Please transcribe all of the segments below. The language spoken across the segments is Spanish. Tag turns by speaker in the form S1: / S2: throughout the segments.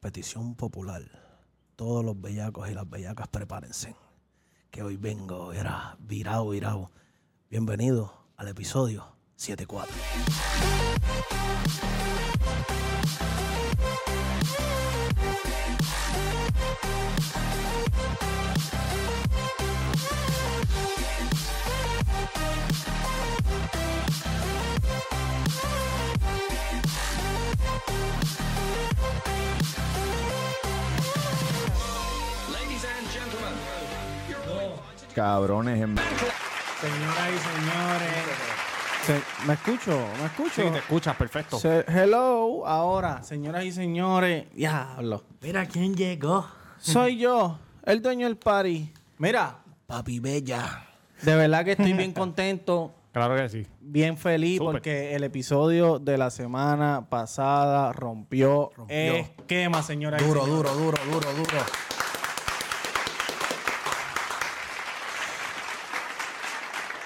S1: Petición popular. Todos los bellacos y las bellacas prepárense. Que hoy vengo, era virado, virado. Bienvenido al episodio 74.
S2: Cabrones, en...
S3: Señoras y señores.
S4: Se- ¿Me escucho? ¿Me escucho?
S3: Sí, te escuchas perfecto.
S4: Se- hello, ahora, señoras y señores. Diablo.
S1: Mira quién llegó.
S4: Soy yo, el dueño del party. Mira,
S1: Papi Bella.
S4: de verdad que estoy bien contento,
S3: Claro que sí.
S4: bien feliz,
S3: Súper.
S4: porque el episodio de la semana pasada rompió,
S1: Rompió.
S4: esquema, señoras y
S1: Duro,
S4: señores.
S1: duro, duro, duro, duro.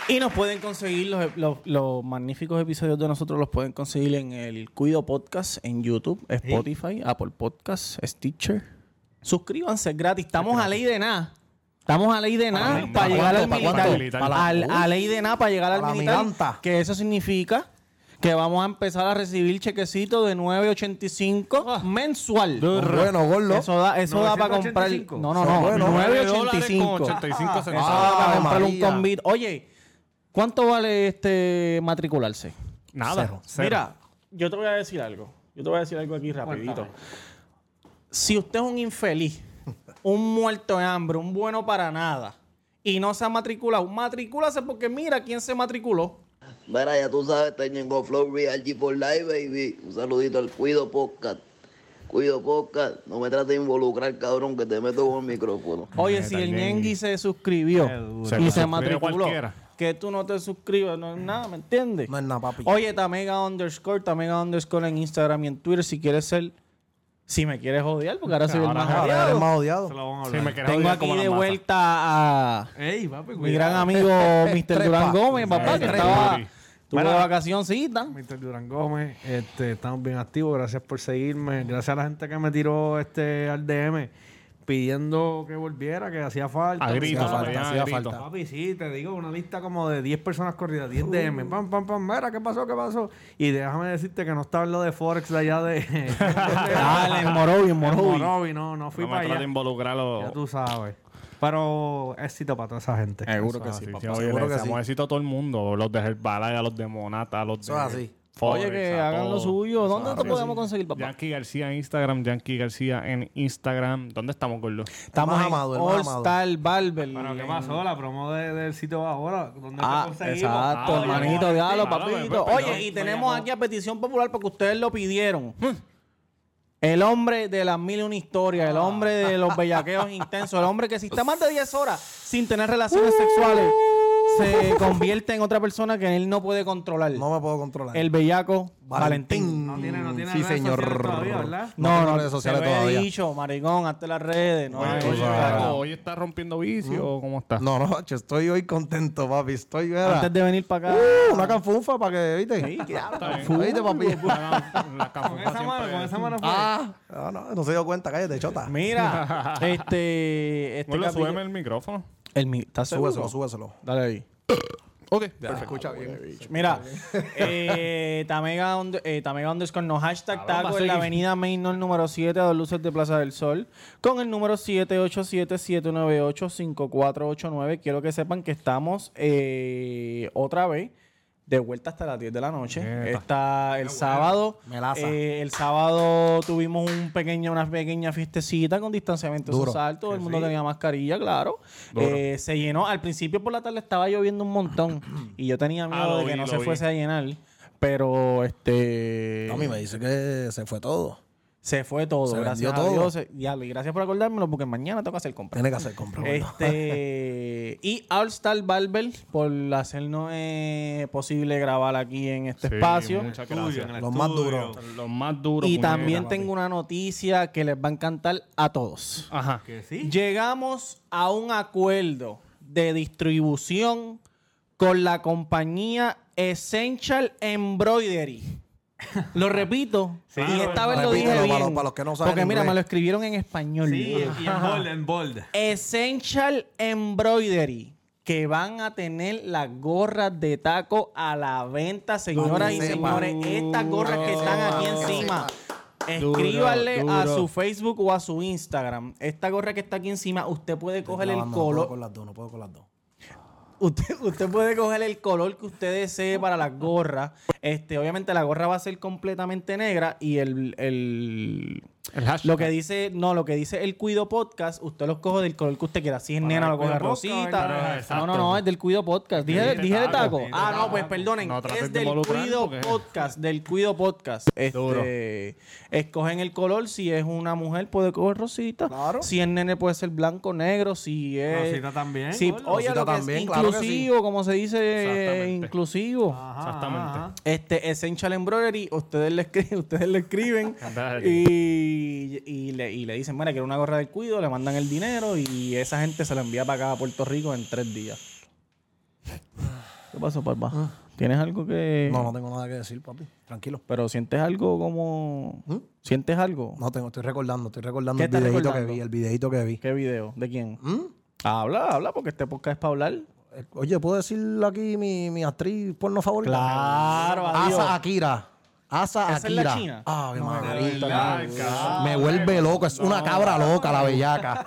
S4: Y nos pueden conseguir los, los- los magníficos episodios de nosotros, los pueden conseguir en el Cuido Podcast, en YouTube, Spotify, Apple Podcast, Stitcher. Suscríbanse, es gratis. Estamos a ley de nada. Estamos a ley de nada para,
S3: ¿Para
S4: llegar al
S3: cuánto? ¿Para
S4: militar.
S3: cuánto? Militar.
S4: Al- a ley de nada para llegar al
S1: la
S4: militar.
S1: milanta.
S4: Que eso significa que vamos a empezar a recibir chequecitos de 9.85 mensual.
S2: Bueno, gordo.
S4: Eso da, eso da para comprar. No, no, no.
S2: Bueno,
S4: 9.85.
S3: 85
S4: Eso
S3: centavos.
S4: da para
S2: Ave
S4: comprar un
S2: María.
S4: convite. Oye, ¿cuánto vale este matricularse?
S3: Nada. cero.
S4: Mira, yo te voy a decir algo. Yo te voy a decir algo aquí rapidito. Si usted es un infeliz, un muerto de hambre, un bueno para nada, y no se ha matriculado, matricúlase porque mira quién se matriculó.
S5: Mira, ya tú sabes, tengo Flow Real G4 Live, baby. Un saludito al Cuido Podcast. Cuido Podcast, no me trates de involucrar, cabrón, que te meto con el micrófono.
S4: Oye,
S3: Neta,
S4: si el
S3: Ñengui.
S4: Ñengui se suscribió
S3: Se
S4: y se
S3: suscribió
S4: matriculó,
S3: cualquiera.
S4: que tú no te suscribas, no es nada, ¿me entiendes?
S1: No es nada, papi.
S4: Oye, Tamega underscore, Tamega underscore en Instagram y en Twitter si quieres ser, si me quieres odiar, porque ahora soy el
S3: Ahora,
S4: más
S3: ahora
S4: odiado.
S1: eres más odiado.
S3: Sí, me quieres
S4: Tengo
S3: odiar
S4: aquí
S3: como
S4: de
S3: la masa.
S4: vuelta a mi gran amigo Mr. Durán Gómez, papá, que
S3: Trepa.
S4: estaba
S3: Trepa.
S4: tuvo de vacacioncita.
S6: Mr. Durán Gómez, este, estamos bien activos, gracias por seguirme, gracias a la gente que me tiró este al DM pidiendo que volviera, que hacía falta.
S3: A grito,
S6: Hacía
S1: falta,
S3: a
S1: hacía
S3: grito.
S1: falta.
S6: Papi, sí, te digo, una lista como de 10 personas corridas, 10 DM, pam, pam, pam, mira, ¿qué pasó, qué pasó? Y déjame decirte que no estaba en lo de Forex de allá de...
S4: Dale, en Morovi, en
S6: En
S4: Morovi.
S6: Morovi, no, no fui
S3: No me
S6: para
S3: trates de
S6: allá, ya
S3: involucrarlo.
S6: tú sabes. Pero éxito para toda esa gente.
S2: Seguro que
S3: Ah,
S2: sí,
S3: sí,
S2: papá.
S3: sí, oye,
S2: Seguro
S3: le
S2: que sí.
S3: deseamos éxito a todo el mundo. Los de Herbalife, a los de Monata, a los de...
S1: Eso es así.
S3: Forex,
S4: Oye, que
S3: a
S4: hagan lo
S3: todos.
S4: suyo. ¿Dónde
S3: Eso
S4: te
S3: es
S4: podemos
S3: así.
S4: conseguir, papá?
S3: Yankee García en Instagram, Yankee García en Instagram. ¿Dónde estamos, Gordo?
S4: Estamos
S1: El más
S4: en
S1: amado, el más
S4: All
S1: amado.
S4: Star Barber.
S6: Bueno, ¿qué
S4: en-
S6: pasó? La promo de- del sitio ahora, ¿dónde
S4: Ah,
S6: te conseguimos?
S4: exacto,
S3: Ah,
S4: hermanito,
S3: oye,
S4: diablo,
S3: claro,
S4: papito.
S3: pues,
S4: Oye,
S3: no,
S4: y
S3: no
S4: tenemos
S3: llamó.
S4: aquí a petición popular porque ustedes lo pidieron. Hmm. El hombre de las mil y una historias, el hombre de
S3: Ah.
S4: los bellaqueos intensos, el hombre que si está más de 10 horas sin tener
S3: Uh.
S4: relaciones sexuales, se convierte en otra persona que él no puede controlar.
S1: No me puedo controlar.
S4: El bellaco Valentín.
S1: Valentín.
S6: No tiene, no tiene
S2: Sí,
S6: redes
S2: señor.
S6: sociales todavía, ¿verdad?
S1: No tengo redes sociales
S4: se lo he
S1: todavía.
S4: dicho, maricón, hazte las redes. No,
S3: Oye,
S4: hay-
S3: oye,
S2: sabes.
S3: Paco, hoy está rompiendo vicio. o ¿Cómo está?
S2: pues, ah, No, no, yo estoy hoy contento, papi. Estoy, mira.
S4: Antes de venir para acá.
S2: Uh, una canfunfa para que, ¿viste? ¿Viste,
S4: pues,
S2: papi?
S6: Con esa mano, con esa mano. fue.
S2: Ah, no, no se dio cuenta, cállate, chota.
S4: Mira, este. este
S3: Gordo,
S4: capítulo-
S3: súbeme el micrófono.
S4: El mi- ¿Estás
S1: Súbeselo,
S4: seguro?
S1: súbeselo.
S4: Dale ahí.
S2: Ok, perfecto. Escucha bien.
S4: Mira, eh, Tamega, und- eh, Tamega underscore no hashtag taco en la avenida Main North número 7 a dos luces de Plaza del Sol con el número 787-798-5489. Quiero que sepan que estamos eh, otra vez de vuelta hasta las 10 de la noche. Está el sábado.
S1: Melaza.
S4: eh, el sábado tuvimos un pequeño, una pequeña fiestecita con distanciamiento
S1: Duro.
S4: social. Todo el mundo tenía mascarilla, claro. Eh, se llenó. Al principio por la tarde estaba lloviendo un montón y yo tenía miedo
S3: Ah, lo
S4: de
S3: vi,
S4: que no
S3: lo
S4: se
S3: vi.
S4: fuese a llenar. Pero este.
S1: A mí me dice que se fue todo.
S4: Se fue todo.
S1: Se vendió
S4: gracias a
S1: todo.
S4: Dios. Se- diablo, y gracias por acordármelo porque mañana tengo que hacer compras.
S1: Tiene que hacer compra.
S4: Eh,
S1: gordo.
S4: Este. y All Star Barber por hacernos eh, posible grabar aquí en este
S3: Sí,
S4: espacio.
S3: Muchas gracias.
S1: Los más duros.
S3: Los más duros.
S4: Y
S3: puñeta.
S4: también tengo una noticia que les va a encantar a todos.
S3: Ajá.
S6: Que sí.
S4: Llegamos a un acuerdo de distribución con la compañía Essential Embroidery. Lo repito. y esta vez lo dije
S7: Repítelo para
S4: bien.
S7: los- para los que no saben
S4: porque mira,
S7: inglés.
S4: me lo escribieron en español.
S6: y en bold, en bold.
S4: Essential Embroidery. Que van a tener las gorras de taco a la venta, señoras y
S7: Encima.
S4: señores. Estas gorras que están aquí
S7: Encima.
S4: encima.
S3: Duro,
S4: Escríbanle a
S3: duro.
S4: su Facebook o a su Instagram. Esta gorra que está aquí encima, usted puede coger el color.
S7: con las dos, no puedo con las dos.
S4: Usted, usted puede coger el color que usted desee para las gorras. Este, obviamente la gorra va a ser completamente negra y el, el-
S3: El hashtag.
S4: lo que dice, no, lo que dice el Cuido Podcast, usted los coge del color que usted quiera. Si es nena,
S6: el
S4: lo coge
S6: Cuido Podcast,
S4: rosita.
S3: ¿verdad?
S4: No, no,
S3: Exacto.
S4: no, es del Cuido Podcast. Dije,
S3: Dijiste
S4: dije de
S3: taco,
S4: taco.
S3: dijiste
S4: Ah, no,
S3: taco.
S4: pues perdonen.
S3: No trates
S4: es
S3: de
S4: del
S3: involucrar,
S4: Cuido
S3: porque-
S4: Podcast, del Cuido Podcast.
S3: Duro.
S4: Este, escogen el color, si es una mujer puede coger rosita.
S7: Claro.
S4: Si es nene puede ser blanco, negro, si es
S6: Rosita también,
S4: Sí,
S6: gordo.
S4: oye,
S7: Rosita
S4: lo que es
S7: también, claro que sí.
S4: inclusivo, como se dice, eh,
S3: Exactamente.
S4: inclusivo.
S3: Exactamente.
S4: Este Essential Embroidery, ustedes le escriben, ustedes le escriben
S3: Dale.
S4: y, y le, y le dicen, mira, quiero una gorra del cuido, le mandan el dinero y esa gente se la envía para acá a Puerto Rico en tres días. ¿Qué pasó, papá? ¿Tienes algo que...?
S7: Ah. No, no tengo nada que decir, papi. Tranquilo.
S4: Pero sientes algo como... ¿Sientes algo?
S7: ¿Mm? No tengo, estoy recordando, estoy recordando
S4: ¿Qué
S7: el
S4: estás
S7: videito
S4: recordando?
S7: que vi, el videito que vi.
S4: ¿Qué video? ¿De quién?
S7: ¿Mm?
S4: Habla, habla, porque este podcast es para hablar.
S7: Eh, Oye, ¿puedo decir aquí mi, mi actriz porno favorita?
S4: Claro, adiós.
S7: Asa Akira. Asa
S4: ¿Esa es la
S7: Akira.
S4: china?
S7: Ave María.
S3: Ay, cabrón.
S7: Me vuelve loco, es una cabra loca la bellaca.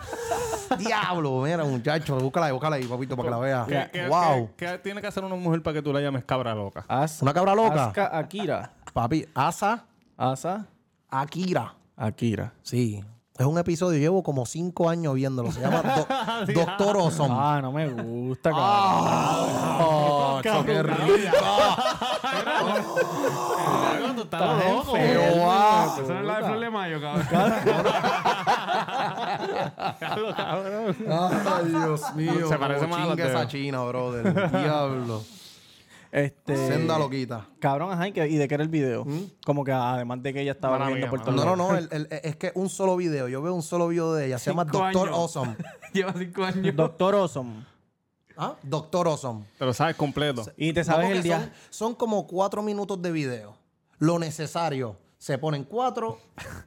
S7: Diablo, mira, muchacho, búscala ahí, búscala ahí, papito, para que la vea.
S3: ¿Qué- qué-
S7: wow.
S3: qué- qué tiene que hacer una mujer para que tú la llames cabra loca?
S4: As-
S7: Una cabra loca.
S4: Aska Akira.
S7: Papi, Asa
S4: Asa
S7: Akira.
S4: Akira.
S7: Sí. Es un episodio, llevo como cinco años viéndolo. Se llama Do- Doctor Ozone.
S4: Ah, no me gusta, cabrón. Ah,
S7: Oh, qué rico.
S3: tú estás loco.
S7: Pero, ah,
S6: Eso no es la de Flor de Mayo, cabrón.
S7: Ay, Dios mío.
S3: Se parece
S7: como
S3: más a
S7: chinga
S3: la de-
S7: esa china, brother. Diablo.
S4: Este,
S7: Senda loquita.
S4: Cabrón, ajá, ¿y qué- ¿y de qué era el video? Como que además de que ella estaba
S3: Mala
S4: viviendo
S3: mía,
S4: Puerto
S7: No,
S4: Rico.
S7: no, no. el- el- es que un solo video. Yo veo un solo video de ella. Se llama
S6: Cinco
S7: Doctor
S6: años.
S7: Awesome.
S6: Lleva cinco años.
S4: Doctor Awesome.
S7: ¿Ah? Doctor Awesome.
S3: Te lo sabes completo.
S4: Y te
S7: No,
S4: sabes
S7: porque
S4: el día.
S7: Son, son como cuatro minutos de video. Lo necesario. Se ponen cuatro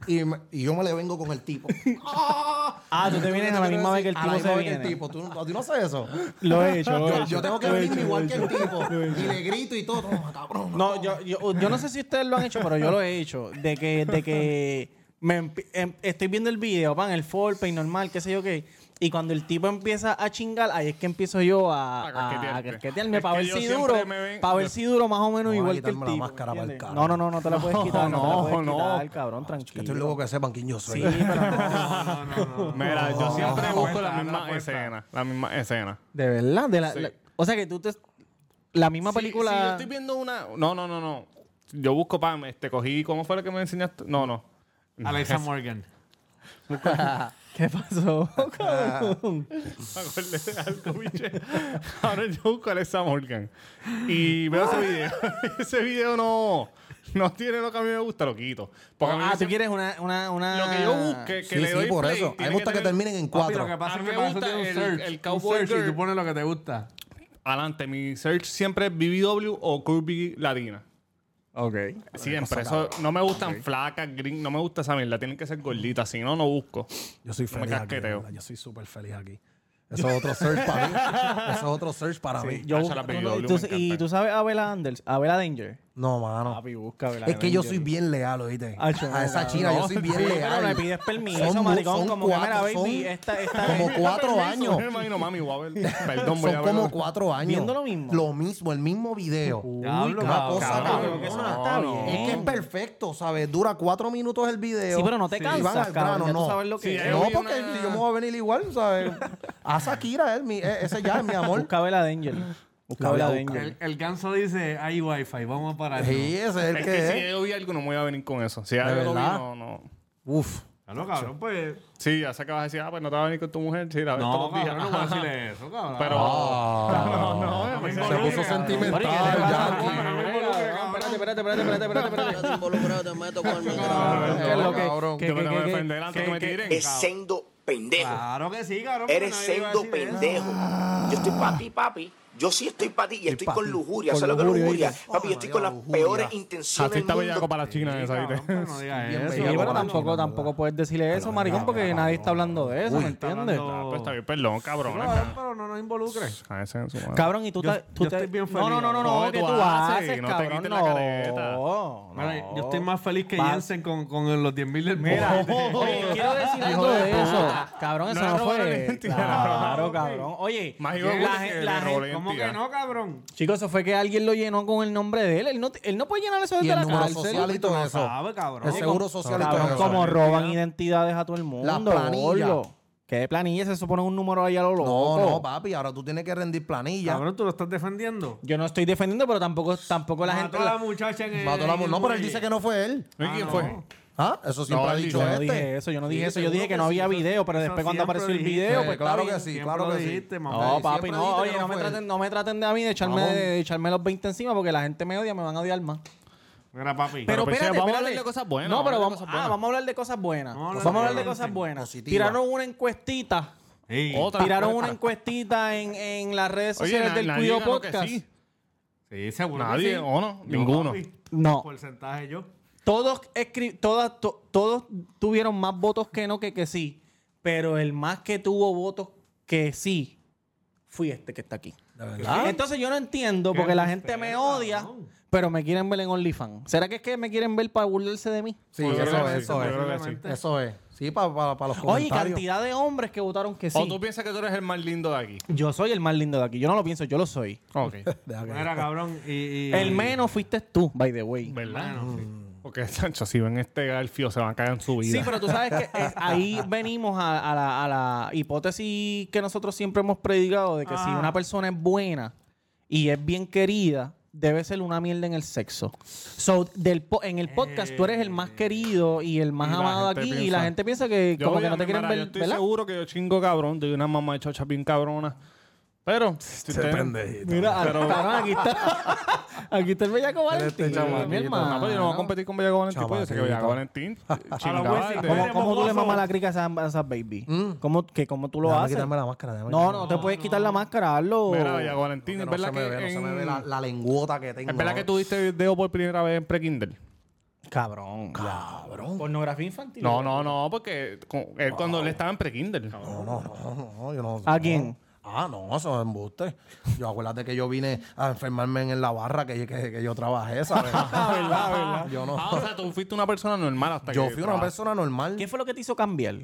S7: y, me- y yo me le vengo con el tipo. ¡Ah!
S4: Ah, tú te vienes a la
S7: quiero
S4: misma vez que el
S7: decir, a la
S4: tipo
S7: misma
S4: se
S7: vez que el
S4: viene.
S7: tipo. ¿Tú, ¿A ti no sabes eso?
S4: Lo he hecho. lo he
S7: Yo,
S4: hecho.
S7: yo tengo que
S4: Lo he
S7: venirme
S4: hecho,
S7: igual
S4: lo he
S7: que el
S4: hecho.
S7: tipo. Y le grito y todo. Toma, cabrón.
S4: No, yo, yo, yo no sé si ustedes lo han hecho, pero yo lo he hecho. De que, de que me empi- em- estoy viendo el video, pan, el foreplay normal, qué sé yo qué. Y cuando el tipo empieza a chingar, ahí es que empiezo yo a,
S3: A
S4: a,
S3: casquetearte.
S4: a casquetearme
S3: Es
S4: para
S3: que
S4: ver
S3: yo
S4: si
S3: siempre
S4: duro.
S3: me ven-
S4: Para ver
S3: yo-
S4: si duro más o menos
S7: Voy a
S4: igual que el
S7: quitarme la
S4: tipo.
S7: máscara pa'l
S4: ¿entiendes?
S7: carajo.
S4: No, no, no, no te la puedes quitar. No,
S3: no,
S4: te la puedes
S3: no.
S4: quitar, cabrón, tranquilo.
S7: Estoy loco que sepan quién yo soy.
S4: Sí, pero no.
S6: No, no, no.
S3: Mira, yo siempre
S6: no,
S3: busco
S6: no,
S3: la
S6: no,
S3: misma
S6: no, no,
S3: escena. La misma escena.
S4: De verdad. de la-
S3: Sí.
S4: la- o sea que tú te. La misma
S3: Si-
S4: película.
S3: Si, yo estoy viendo una. No, no, no, no. Yo busco Pam, este, cogí. ¿Cómo fue lo que me enseñaste? No, no.
S6: Alexa Morgan.
S4: ¿Qué pasó? cabrón?
S3: Me acordé de algo, biche. Ahora yo busco a Alexa Morgan. Y veo ese video. ese video no. No tiene lo que a mí me gusta, lo quito. Porque a mí
S4: ah,
S3: me
S4: tú
S3: siempre-
S4: quieres una, una, una.
S3: Lo que yo busque,
S7: Sí,
S3: que le doy
S7: sí, por
S3: play,
S7: eso. A mí
S3: tiene
S7: me gusta que,
S3: tener-
S7: terminen en
S6: Papi,
S7: cuatro.
S6: lo que pasa
S3: A
S6: es
S3: mí
S6: que
S3: me
S6: para eso
S3: gusta
S6: tiene un
S3: el-
S6: search.
S3: el
S6: un
S3: Cowboy
S6: search
S3: Girl.
S6: Y tú pones lo que te gusta.
S3: Adelante, mi search siempre es BBW o Curvy Latina.
S4: Ok.
S3: Siempre. Eso, no me gustan flacas, green. No me gusta esa mierda. Tienen que ser gorditas. Si no, no busco.
S7: Yo soy
S3: No me
S7: feliz aquí.
S3: casqueteo.
S7: ¿verdad? Yo soy súper feliz aquí. Eso es otro search para mí. Eso es otro search para mí.
S4: Yo
S3: Ah,
S4: busco-
S3: esa la
S4: tú-
S3: BW,
S4: tú-
S3: me encanta.
S4: y tú sabes a Bella Anders, a Bella Danger.
S7: No, mano.
S4: Papi, busca Bella
S7: Es que yo soy bien leal, oíste.
S4: Ah, chon,
S7: A esa china, yo soy bien
S4: Sí,
S7: leal.
S4: pero me pides permiso,
S7: Son mu-
S4: maricón.
S7: son
S4: como
S7: cuatro,
S4: cámara, baby.
S7: son
S4: Esta, esta
S7: como
S4: es-
S7: cuatro
S3: Permiso,
S7: años.
S3: Me imagino, mami, voy a ver. Perdón, voy a
S7: Son
S3: ver.
S7: como cuatro años.
S4: Viendo lo mismo.
S7: Lo mismo, el mismo video.
S6: Diablo,
S7: una cosa,
S6: cabrón.
S7: cabrón.
S4: Eso no está bien.
S7: Es que es perfecto, ¿sabes? Dura cuatro minutos el video.
S4: Sí, pero no te
S7: Y
S4: cansas,
S7: van al
S4: cabrón,
S7: grano,
S4: ya tú
S7: no.
S4: sabes lo que
S7: Sí,
S4: es.
S7: No,
S3: Yo vi
S7: porque
S3: una-
S7: yo me voy a venir igual, ¿sabes? A Shakira, él, mi- eh, ese ya es mi amor.
S4: Busca Bella Danger. Busca
S7: voy a
S4: Bella
S7: buscar.
S4: Danger.
S6: El, el ganso dice, hay wifi, vamos a parar.
S7: Sí, ese es el
S3: Es
S7: que,
S3: que
S7: es.
S3: si yo vi algo, no me voy a venir con eso. Si ya
S7: ¿De
S3: yo lo vi,
S7: verdad?
S3: no, no.
S7: Uf.
S6: Claro, cabrón, pues...
S3: Sí, ya sé que vas a decir, ah, pues no te vas a venir con tu mujer. Sí, la ves
S6: No,
S3: todos los
S6: cabrón,
S3: días.
S6: no voy a decirle eso, cabrón.
S3: Pero. no, no, no.
S7: Se puso sentimental, ya.
S4: Espérate, espérate, espérate, espérate, espérate, espérate.
S5: Estás involucrado, te meto con el micrófono.
S4: ¿Qué es lo que-
S7: Cabrón.
S4: que-
S3: Yo me
S4: que-
S3: tengo que
S4: que-
S3: defender antes que me tiren.
S8: Es sendo pendejo.
S6: Claro que sí, cabrón.
S8: Eres
S6: porque nadie le iba a
S8: sendo
S6: decir eso.
S8: pendejo. Yo estoy papi, papi. Yo sí estoy para ti y estoy
S7: pa'
S8: con
S7: ti.
S8: lujuria.
S7: Con
S8: ¿Sabes lo que es
S7: lujuria,
S8: lujuria?
S7: ¿viste?
S8: Papi,
S7: Oh,
S8: yo estoy con las
S7: María,
S8: peores
S7: lujuría.
S8: intenciones del
S3: Artista bellaco
S8: mundo.
S3: para la China esa,
S6: Cabrón,
S3: ¿viste? Pues
S6: pero no digas
S7: Bien
S6: eso.
S4: Sí,
S7: Pero
S4: pero
S7: bueno,
S4: tampoco,
S7: no,
S4: tampoco
S7: ¿verdad?
S4: puedes decirle eso, maricón, porque nadie está hablando de eso, ¿me entiendes?
S6: hablando-
S3: Pues está bien, perdón, cabrón.
S6: Cabrón, pero no nos involucres.
S3: A ese es su madre.
S4: Cabrón, y tú,
S6: Yo-
S4: te, tú
S6: yo
S4: te-
S6: estoy bien
S4: No,
S6: feliz.
S4: no, no, no,
S3: No,
S4: ¿qué
S3: tú
S4: tú
S3: haces?
S4: haces,
S3: No te
S4: cabrón?
S3: quites la
S4: no,
S3: careta.
S4: no.
S6: Mira, yo estoy más feliz que
S4: Va-
S6: Jensen con, con los 10.000 del
S4: Mira,
S6: mundo.
S4: oye, quiero decir algo de eso. Cabrón, eso
S3: No le
S4: no,
S3: robaron la
S4: fue.
S3: identidad.
S4: Claro, cabrón. Oye,
S3: Más igual
S4: la
S3: que
S4: gen-
S3: le
S4: la
S3: robó
S4: gen-
S3: la
S6: ¿Cómo
S3: identidad.
S6: que no, cabrón?
S4: Chicos, eso fue que alguien lo llenó con el nombre de él. Él no, él no puede llenar eso
S7: Y
S4: desde
S7: el
S4: la
S7: número
S4: cárcel.
S7: social y todo eso.
S6: Sabe, cabrón.
S7: El seguro social y todo
S4: Cabrón,
S7: eso.
S4: como roban identidades a todo el mundo.
S7: planilla.
S4: gordo. ¿Qué planilla? Se supone un número ahí a lo loco.
S7: No, no, papi, ahora tú tienes que rendir planilla.
S6: Cabrón, tú lo estás defendiendo.
S4: Yo no estoy defendiendo, pero tampoco, tampoco la gente...
S6: Mató a la muchacha en el.
S7: Mató la mu- No, pero él
S6: muelle.
S7: dice que no fue él.
S3: ¿Y ¿Quién
S6: no.
S3: fue?
S7: ¿Ah? Eso
S3: No,
S7: siempre ha
S3: él
S7: dicho
S4: Yo no
S7: este.
S4: dije eso, yo no dije
S6: Sí,
S4: eso. Yo dije
S6: seguro
S4: que
S6: que
S4: no
S6: sí,
S4: había
S6: eso-
S4: video, pero
S6: eso
S4: después cuando
S6: siempre
S4: apareció el
S6: dijiste.
S4: video,
S6: Sí,
S4: pues
S7: claro
S4: está
S7: que
S4: bien.
S7: sí,
S6: Siempre
S7: claro
S6: lo
S7: que sí.
S6: dijiste, mamá.
S4: No,
S7: Siempre
S4: papi, no,
S7: dijiste que
S4: oye,
S7: no
S4: no me,
S7: fue él.
S4: traten, no me traten de a mí de echarme,
S7: Mamón.
S4: de echarme los 20 encima porque la gente me odia, me van a odiar más.
S6: Mira, papi.
S4: Pero, espérate,
S3: pensé, pues, vamos a
S4: espérate.
S3: hablar de cosas buenas,
S4: No,
S3: vamos a
S4: pero
S3: hablar de
S4: vamos,
S3: cosas
S4: ah,
S3: buenas.
S4: vamos a hablar de cosas buenas.
S6: Vamos a hablar
S4: vamos a
S6: de
S4: hablar de
S6: cosas
S4: cosas buenas.
S7: positivas.
S4: Tiraron una encuestita.
S6: Sí.
S3: Otra.
S4: Tiraron una encuestita en, en las redes
S3: Oye,
S4: sociales
S3: na-
S4: del
S3: nadie
S4: Cuido
S3: ganó que
S4: Podcast.
S3: sí.
S6: Sí, seguro.
S3: Nadie,
S6: que sí.
S3: o no,
S6: Yo,
S3: ninguno.
S6: papi,
S4: No.
S6: Porcentaje yo.
S4: Todos, escri- todas, to- todos tuvieron más votos que no que que sí. Pero el más que tuvo votos que sí fui este que está aquí. Entonces yo no entiendo porque la gente me odia, pero me quieren ver en OnlyFans. ¿Será que es que me quieren ver para burlarse de mí?
S7: Sí,
S3: Yo creo
S7: eso
S3: que
S7: es,
S3: sí,
S7: eso
S3: yo
S7: es.
S3: creo que sí.
S7: Eso es. Sí, para los
S4: Oye,
S7: comentarios.
S4: cantidad de hombres que votaron que
S3: O tú
S4: sí.
S3: piensas que tú eres el más lindo de aquí.
S4: Yo soy el más lindo de aquí. Yo no lo pienso, yo lo soy.
S3: Ok.
S7: Deja que-
S6: Mira, cabrón. Y, y-
S4: El menos fuiste tú, by the way.
S3: ¿Verdad?
S6: Bueno, sí.
S3: Porque, Sancho, si ven este garfio, se van a caer en su vida.
S4: Sí, pero tú sabes que eh, ahí venimos a, a la, a la hipótesis que nosotros siempre hemos predicado de que si
S6: Ah.
S4: una persona es buena y es bien querida, debe ser una mierda en el sexo. So, del po- en el podcast tú eres el más querido y el más
S3: Eh. Y la
S4: amado
S3: gente
S4: aquí y
S3: piensa-
S4: la gente piensa que
S3: Yo
S4: como
S3: voy
S4: que
S3: a
S4: no te
S3: mi
S4: quieren
S3: mara,
S4: ver,
S3: Yo estoy
S4: ¿verdad?
S3: seguro que yo chingo cabrón. Tengo una mamá de chocha bien cabrona. Pero, si ustedes-
S2: pendejito.
S4: Mira, cabrón, aquí está. aquí está el bellaco Valentín.
S3: chaval,
S4: mi hermano.
S3: No, pero yo no voy a competir con Bellaco Valentín. Pues yo sé que Bellaco Valentín chingaba.
S6: Wesley.
S3: de-
S4: ¿Cómo, cómo tú le
S6: mocoso.
S4: mamas la crica a esas a esas baby? ¿Cómo, que, ¿Cómo tú lo
S7: Mm. Déjame
S4: haces?
S7: quitarme la máscara. déjame
S4: No,
S7: quitarme
S4: no
S7: la
S4: te puedes quitar la máscara, hazlo.
S3: Mira, Bellaco Valentín,
S7: máscara.
S3: es
S7: No se
S3: verdad
S7: me
S3: que.
S7: ve, no se me ve la,
S3: en-
S7: la lenguota que tengo.
S3: Es verdad que tuviste video por primera vez en pre-Kindle.
S4: Cabrón. Cabrón. Pornografía infantil.
S3: No, no, no, porque con- él cuando él estaba en pre-Kindle.
S7: No, no, no, no, yo no.
S4: ¿A quién?
S7: Ah, no, eso es embuste. Yo acuérdate que yo vine a enfermarme en la barra que, que, que yo trabajé, ¿sabes?
S4: Ah,
S7: verdad, verdad. Yo no.
S3: Ah, o sea, tú fuiste una persona normal hasta que.
S7: Yo fui una persona normal.
S4: ¿Qué fue lo que te hizo cambiar?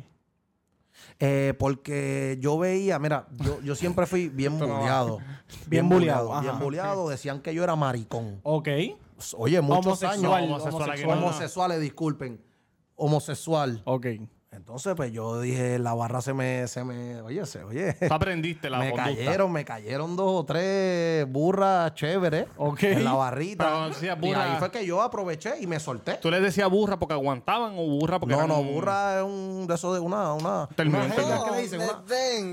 S7: Eh, porque yo veía, mira, yo, yo siempre fui bien bulleado.
S4: Bien bulleado, ajá.
S7: Bien bulleado. Decían que yo era maricón.
S4: Ok.
S7: Oye, muchos
S4: Homosexual,
S7: años.
S3: homosexual, aquí no.
S7: Homosexuales, disculpen. Homosexual.
S4: Ok.
S7: Entonces, pues yo dije, la barra se me, se me, oye, se, oye.
S3: Tú aprendiste la
S7: me
S3: conducta.
S7: cayeron, me cayeron dos o tres burras chéveres
S4: Ok.
S7: en la
S3: Pero
S7: barrita.
S3: cuando decías
S7: y
S3: burra-
S7: ahí fue que yo aproveché y me solté.
S3: ¿Tú les decías burra porque aguantaban o burra porque
S7: No,
S3: eran-
S7: no, burra es un de esos de una, una,
S3: Término,
S7: unas
S3: término.
S7: jergas que le dicen,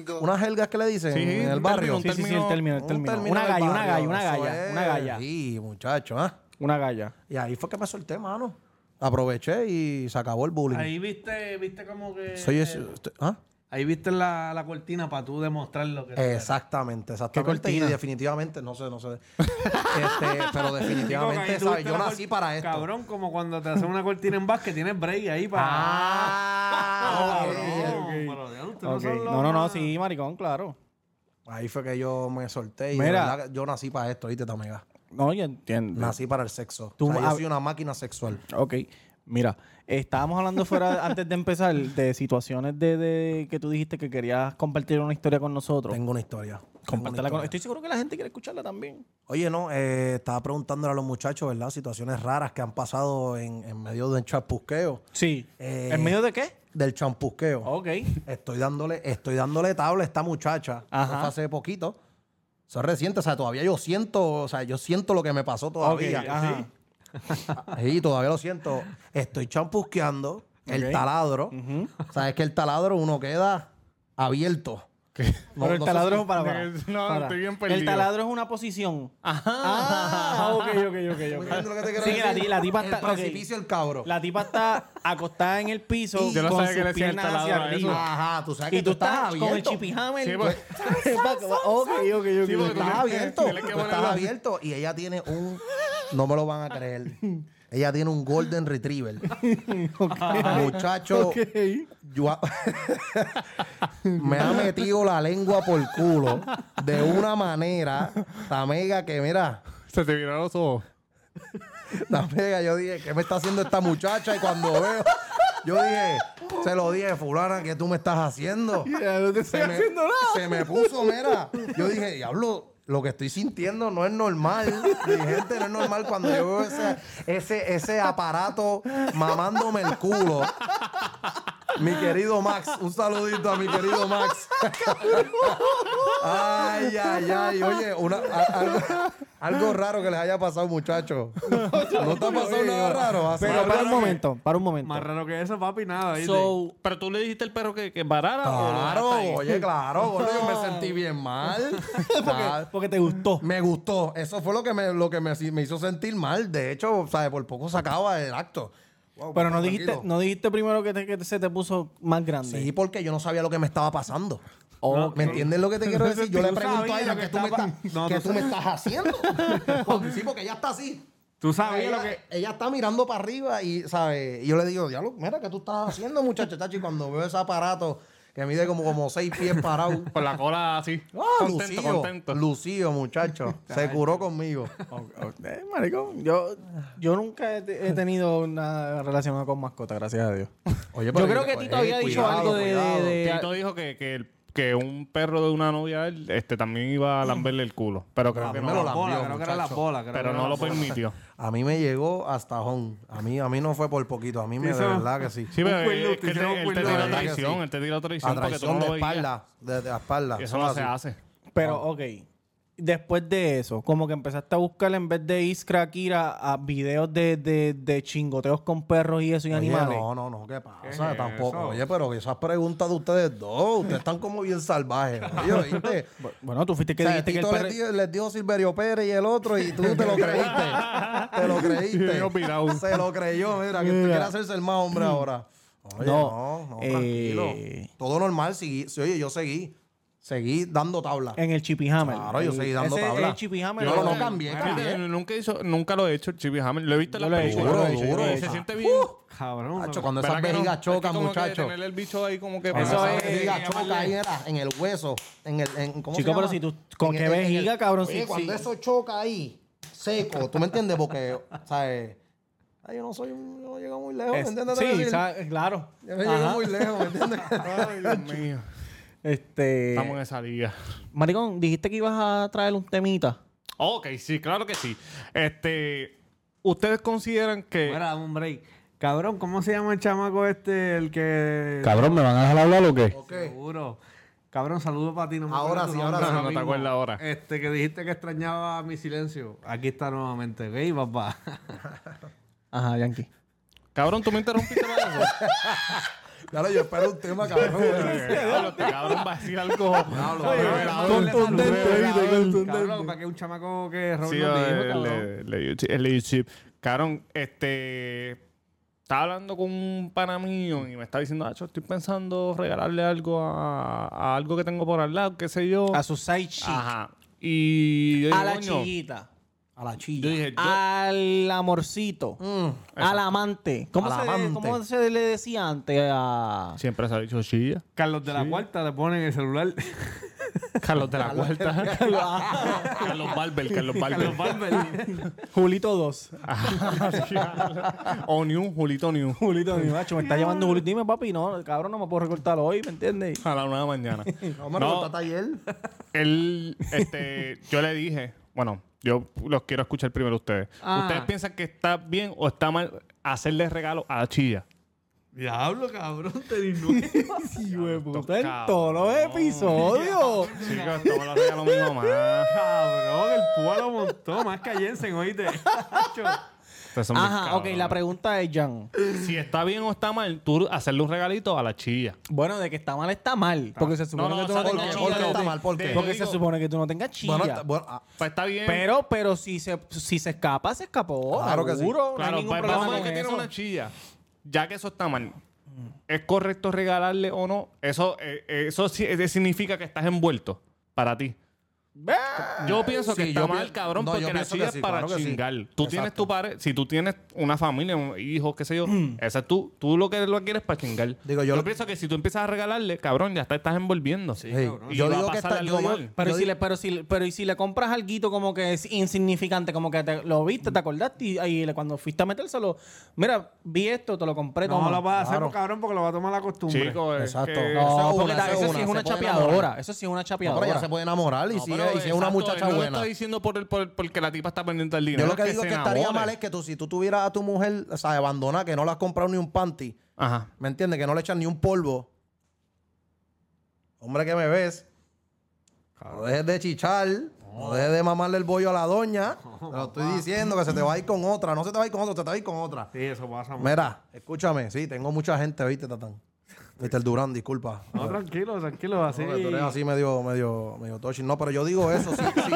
S7: una- unas jergas que le dicen
S3: Sí,
S7: en el
S3: un
S7: barrio.
S4: Sí, sí, sí, el término, el
S7: Un
S4: término.
S7: término
S4: Una
S7: del
S4: galla, una
S7: barrio,
S4: galla, una
S7: eso
S4: galla,
S7: es.
S4: una galla.
S7: Sí, muchacho, ¿ah?
S4: Una galla.
S7: Y ahí fue que me solté, mano. Aproveché y se acabó el bullying.
S6: Ahí viste, viste como que.
S7: Soy ese- ¿ah?
S6: Ahí viste la, la cortina para tú demostrar lo que.
S7: Exactamente, exactamente. Y
S4: cortina?
S7: definitivamente, no sé, no sé. Este, pero definitivamente,
S6: Chico, que
S7: ¿sabes?
S6: ahí tuviste
S7: Yo
S6: la
S7: nací
S6: cor-
S7: para esto.
S6: Cabrón, como cuando te hacen una cortina en básquet, tienes break ahí para.
S7: Ah,
S6: cabrón.
S7: ok.
S6: Pero, diablo, ustedes
S4: Ok.
S6: son los
S4: No, no, no,
S6: más-
S4: sí, maricón, claro.
S7: Ahí fue que yo me solté y de
S4: Mira.
S7: verdad que yo nací para esto, ¿viste, Tamega?
S4: No, yo entiendo.
S7: Nací para el sexo.
S4: Tú
S7: O sea,
S4: hab-
S7: yo soy una máquina sexual.
S4: Ok, mira, estábamos hablando fuera antes de empezar de situaciones de, de que tú dijiste que querías compartir una historia con nosotros.
S7: Tengo una historia. Tengo una
S4: Compártela con-
S7: historia.
S4: este- Estoy seguro que la gente quiere escucharla también.
S7: Oye, no, eh, estaba preguntándole a los muchachos, ¿verdad? Situaciones raras que han pasado en, en medio del champusqueo.
S4: Sí.
S7: Eh,
S4: ¿En medio de qué?
S7: Del champusqueo.
S4: Ok.
S7: Estoy dándole, estoy dándole tabla a esta muchacha.
S4: Ajá.
S7: Eso fue hace poquito. Eso es reciente. O sea, todavía yo siento, o sea, yo siento lo que me pasó todavía.
S4: Ok, ajá.
S7: Sí, todavía lo siento. Estoy champusqueando el taladro. Sabes que el taladro uno queda abierto. No,
S4: Pero el
S7: no sé
S4: taladro
S7: si-
S4: es para abajo.
S3: No,
S4: Para.
S3: estoy bien
S4: El
S3: perdido.
S4: taladro es una posición. Ah, ok, ok, ok, ok.
S7: ¿Entiendes lo que te quiero
S4: Ah. Sí, que la
S7: decir?
S4: ti- la tipa
S7: El
S4: está- ok.
S7: precipicio, el cabro.
S4: La tipa está acostada en el piso
S3: Yo no
S4: con
S3: sabía que
S4: sus
S3: le decían el
S4: piernas hacia
S3: taladro a eso.
S4: arriba.
S7: Ajá, tú sabes Ah, que
S4: Y tú estás con el
S7: abierto. pues.
S4: chipihammer.
S3: Sí, porque-
S4: ok, ok, ok.
S3: Sí, porque tú
S7: Estás
S3: tienes-
S7: abierto.
S3: tienes que
S7: Tú estás
S3: ponerlo-
S7: abierto y ella tiene un. No me lo van a creer. Ella tiene un Golden Retriever. Muchacho. yo ha- me ha metido la lengua por culo de una manera, la mega que mira,
S3: Se te viraron los ojos.
S7: la mega yo dije, ¿qué me está haciendo esta muchacha? Y cuando veo, yo dije, se lo dije, fulana, ¿qué tú me estás haciendo?
S4: no te estoy
S7: se me,
S4: haciendo nada.
S7: se me puso, mira. Yo dije, diablo, lo que estoy sintiendo no es normal. Mi gente, no es normal cuando yo veo ese, ese, ese aparato mamándome el culo. Mi querido Max, un saludito a mi querido Max. Ay, ay, ay. Oye, una- a- algo, algo raro que les haya pasado, muchachos. ¿No te ha pasado nada raro? Así,
S4: Pero
S7: algo
S4: para
S7: raro
S4: un
S7: que-
S4: momento, para un momento.
S6: Más raro que eso, papi, nada. ¿viste?
S4: So,
S3: Pero tú le dijiste al perro que, que varara o lo
S7: Claro,
S3: dejaste ahí?
S7: oye, claro, gordo, yo me sentí bien mal. Claro.
S4: porque te gustó.
S7: Me gustó. Eso fue lo que me, lo que me, me hizo sentir mal. De hecho, ¿sabes? por poco sacaba el acto. Wow,
S4: Pero no
S7: tranquilo.
S4: dijiste, no dijiste primero que, te- que se te puso más grande.
S7: Sí, porque yo no sabía lo que me estaba pasando.
S4: Oh,
S7: ¿Me entiendes lo que te quiero decir? Yo le
S6: Tú
S7: pregunto a
S6: sabías
S7: ella
S6: lo
S7: qué
S6: que
S7: tú, me,
S6: estaba-
S7: estás-
S6: No,
S7: qué
S6: tú
S7: tú me estás haciendo. Porque sí, porque ella está así.
S6: Tú sabías
S7: Ella,
S6: lo que.
S7: ella está mirando para arriba y, ¿sabes? Y yo le digo, diablo, mira, ¿qué tú estás haciendo, muchacho? Chacho, Y cuando veo ese aparato que mide como, como seis pies parado.
S3: Con la cola así.
S7: Ah,
S3: contento,
S7: lucido,
S3: contento.
S7: lucido, muchacho. Se curó conmigo. pues,
S4: Eh, maricón, yo, yo nunca he, he tenido nada relacionado con mascota, gracias a Dios.
S7: Oye,
S4: Yo creo que Tito había dicho algo de- de-
S3: Tito dijo que, que, el- que un perro de una novia de él este, también iba a lamberle el culo. Pero creo
S7: A
S3: que
S7: mí
S3: no.
S7: me lo
S6: Las
S7: lambió,
S6: bolas, creo que eran las
S7: muchacho.
S6: bolas. creo que
S3: pero
S6: eran
S3: no lo
S6: las bolas.
S3: permitió.
S7: A mí me llegó hasta jón. A mí, a mí no fue por poquito. A mí me, de
S6: Eso-
S7: verdad que sí.
S3: Sí, pero
S6: Un cuerno,
S3: es que
S6: te
S3: él te,
S6: hicieron
S3: él
S6: un
S3: te
S6: cuerno.
S3: tiró
S7: ¿Verdad que
S3: traición,
S7: sí?
S3: él te tiró traición
S7: A
S3: porque tú no
S7: traición
S3: lo
S7: de
S3: veías.
S7: espalda. De, de espalda.
S3: Eso no se
S7: así.
S3: hace.
S4: Pero, ok. Después de eso, como que empezaste a buscar en vez de Iskra, Kira, a videos de, de, de chingoteos con perros y eso y
S7: Oye,
S4: animales.
S7: no, no, no, ¿qué pasa?
S6: es
S7: Tampoco.
S6: eso?
S7: Oye, pero esas preguntas de ustedes dos, ustedes están como bien salvajes. Oye, ¿oíste?
S4: Bueno, tú fuiste que
S7: O sea,
S4: dijiste que el
S7: Tito
S4: perro...
S7: les, dio, les dio Silverio Pérez y el otro y tú te lo creíste. te lo
S3: Yo digo, pirao.
S7: creíste. Se lo creyó, mira, que tú quieres hacerse el más hombre ahora. Oye, no,
S4: Mm. No,
S7: no,
S4: eh,
S7: tranquilo. Todo normal, seguí, sí, oye, yo seguí. Seguí dando tabla.
S4: En el Chippy Hammer.
S7: Claro, yo seguí dando
S4: Ese
S7: tabla.
S4: El Chippy Hammer. Ah,
S7: Yo
S4: era-
S7: no cambié,
S3: Fíjate,
S7: cambié.
S3: eh, Nunca, hizo, nunca lo he hecho el Chibi Hammer. Lo he visto en
S4: Yo
S3: las
S4: lo he hecho,
S3: películas.
S4: yo lo
S7: he hecho, yo lo he
S3: Y
S7: hecho. Uh,
S3: Se siente bien.
S6: Cabrón.
S7: Macho,
S6: no-
S7: cuando
S3: ¿Verdad
S7: esas
S3: que no?
S7: veligas
S3: Es que
S7: chocan,
S3: como que
S7: muchachos.
S3: Tener el bicho ahí como que...
S7: Eso
S4: Eso
S7: es.
S4: es-
S7: Vejiga
S4: eh,
S7: choca ahí era, en el hueso. En el, en, ¿cómo
S4: Chico,
S7: se
S4: pero
S7: llama?
S4: si tú- ¿con
S7: En
S4: qué
S7: el- en el-
S4: vejiga, cabrón?
S7: Oye,
S4: Si-
S7: cuando
S4: si-
S7: eso choca ahí, seco, ¿tú me entiendes? Porque, ¿sabes? Ay, yo no soy, un- yo no llego muy lejos, ¿me
S4: es-
S7: entiendes?
S4: sí,
S7: Yo
S4: sa- claro.
S7: no llego
S4: Ajá.
S7: muy lejos, ¿me entiendes?
S3: Ay, Dios mío.
S4: Este...
S3: Estamos en esa liga.
S4: Maricón, dijiste que ibas a traer un temita.
S3: Ok, sí, claro que sí. Este... ¿Ustedes consideran que...
S6: Fuera, dame un break. Cabrón, ¿cómo se llama el chamaco este? El que.
S8: Cabrón, ¿me van a dejar hablar o qué?
S7: Ok.
S6: Seguro. Cabrón, saludo para ti. No me
S7: Ahora
S6: acuerdo tu
S7: sí, ahora
S6: nombre
S7: sí.
S3: No te
S6: mismo.
S3: acuerdas ahora.
S6: Este, que dijiste que extrañaba mi silencio. Aquí está nuevamente. ¿Ok, papá?
S4: Ajá, Yankee.
S3: Cabrón, tú me interrumpiste para eso.
S7: Claro, yo espero un tema, cabrón.
S3: Diablo, este cabrón va a decir algo.
S6: Contundente, Cabrón, para que un chamaco que Raúl
S3: Sí,
S6: nos dijo,
S3: el-
S6: cabrón.
S3: el- el- el YouTube. Cabrón, este. Estaba hablando con un pana mío y me estaba diciendo, Acho, estoy pensando regalarle algo a, a algo que tengo por al lado, qué sé yo.
S4: A su side chick.
S3: Ajá. Y yo
S4: A la
S3: "Coño".
S4: chillita.
S7: A la
S3: Yo
S7: chilla.
S3: dije, yo-
S4: Al amorcito. Mm. al amante. ¿Cómo,
S7: Al
S4: se,
S7: amante.
S4: cómo se le decía antes a.
S3: siempre se ha dicho chilla.
S6: Carlos de la Cuarta le ponen el celular.
S3: Carlos de la Cuarta. Carlos Barber, Carlos Barber.
S4: Julito 2.
S3: o New, Julito New.
S4: Julito, mi macho, me está llamando Julito. Dime, papi, no, cabrón, no me puedo recortar hoy, ¿me entiendes?
S3: A la una de la mañana.
S7: No, me
S3: No.
S7: no. ayer.
S3: Él, este, yo le dije, bueno, yo los quiero escuchar primero a ustedes.
S6: Ah.
S3: ¿Ustedes piensan que está bien o está mal hacerle regalo a la chilla?
S6: Diablo, cabrón, te disnudo.
S4: Sí, güey,
S3: puta,
S4: en todos los episodios.
S3: Chicos, toma los regalos a mi mamá.
S6: cabrón, el púa lo montó más que a Jensen, oíste. Chacho.
S3: Ustedes son mis
S4: Ajá, ok,
S3: cabrones.
S4: la pregunta es, Jan.
S3: Si está bien o está mal, tú hacerle un regalito a la chilla.
S4: Bueno, de que está mal, está mal. Porque se supone
S3: No, no,
S4: que tú
S3: o sea,
S4: no
S3: de
S4: tengas
S3: que
S4: chilla.
S3: chilla no
S4: te-
S7: está mal, ¿por qué?
S4: Porque
S3: Yo digo-
S4: se supone que tú no tengas chilla.
S7: Bueno, está- bueno, ah,
S3: Pues está bien.
S4: Pero, pero si se, si se escapa, se escapó.
S7: Claro que sí.
S4: seguro.
S3: claro,
S4: no hay ningún
S3: pues,
S4: problema
S3: vamos a
S4: con
S3: ver que tiene
S4: eso.
S3: una chilla. Ya que eso está mal, ¿es correcto regalarle o no? Eso, eh, eso sí- eh, significa que estás envuelto para ti. Yo pienso que
S7: Sí,
S3: está
S7: yo
S3: mal,
S7: pi-
S3: cabrón,
S7: no, yo
S3: porque la
S7: pienso que
S3: chilla
S7: sí,
S3: es para
S7: claro que sí.
S3: chingar. Tú tienes
S7: Exacto.
S3: tu pareja, si tú tienes una familia, un- hijos, qué sé yo, esa es tú, tú lo que lo quieres para chingar.
S7: Digo, yo
S3: yo
S7: lo-
S3: pienso que si tú empiezas a regalarle, cabrón, ya está, estás envolviendo.
S7: Sí.
S3: Y
S7: Yo
S3: va a
S7: digo que
S3: pasar
S7: está- yo
S3: algo
S7: digo-
S3: mal.
S4: Pero,
S7: Yo
S4: si
S7: digo-
S4: le, pero, si, pero y si le compras algo como que es insignificante, como que te- lo viste, te acordaste y, ahí le- cuando fuiste a metérselo, mira, vi esto, te lo compré,
S6: No
S4: toma.
S6: lo vas a hacer,
S7: Claro.
S6: cabrón, porque lo va a tomar la costumbre.
S3: Chicos, es
S7: Exacto.
S3: que-
S7: Esa
S4: No,
S7: es
S4: porque
S7: una,
S4: ta-
S7: esa es
S4: eso sí es
S7: una,
S4: una
S7: se puede
S4: chapeadora.
S7: enamorar.
S4: Eso sí es una
S7: No, pero
S4: chapeadora.
S7: ella se puede enamorar y
S3: No,
S7: si
S3: pero
S7: es y si es una
S3: exacto,
S7: muchacha
S3: no
S7: buena.
S3: lo estoy diciendo por el, por, porque la tipa está pendiente del dinero.
S7: Yo lo que digo es
S3: se
S7: que estaría
S3: enamore.
S7: mal es que tú, si tú tuvieras a tu mujer, o sea, abandonada, que no le has comprado ni un panty,
S3: Ajá.
S7: ¿me entiendes? Que no le echan ni un polvo. Hombre, que me ves. No dejes de chichar, no dejes de mamarle el bollo a la doña. Te lo estoy diciendo que se te va a ir con otra. No se te va a ir con otra, se te va a ir con otra.
S6: Sí, eso pasa. mucho.
S7: Mira, escúchame. Sí, tengo mucha gente, ¿viste, Tatán? Mr. Durán, disculpa.
S6: No, tranquilo, tranquilo, así.
S7: No, que tú eres así medio, medio, medio tochi. No, pero yo digo eso, sí, sí.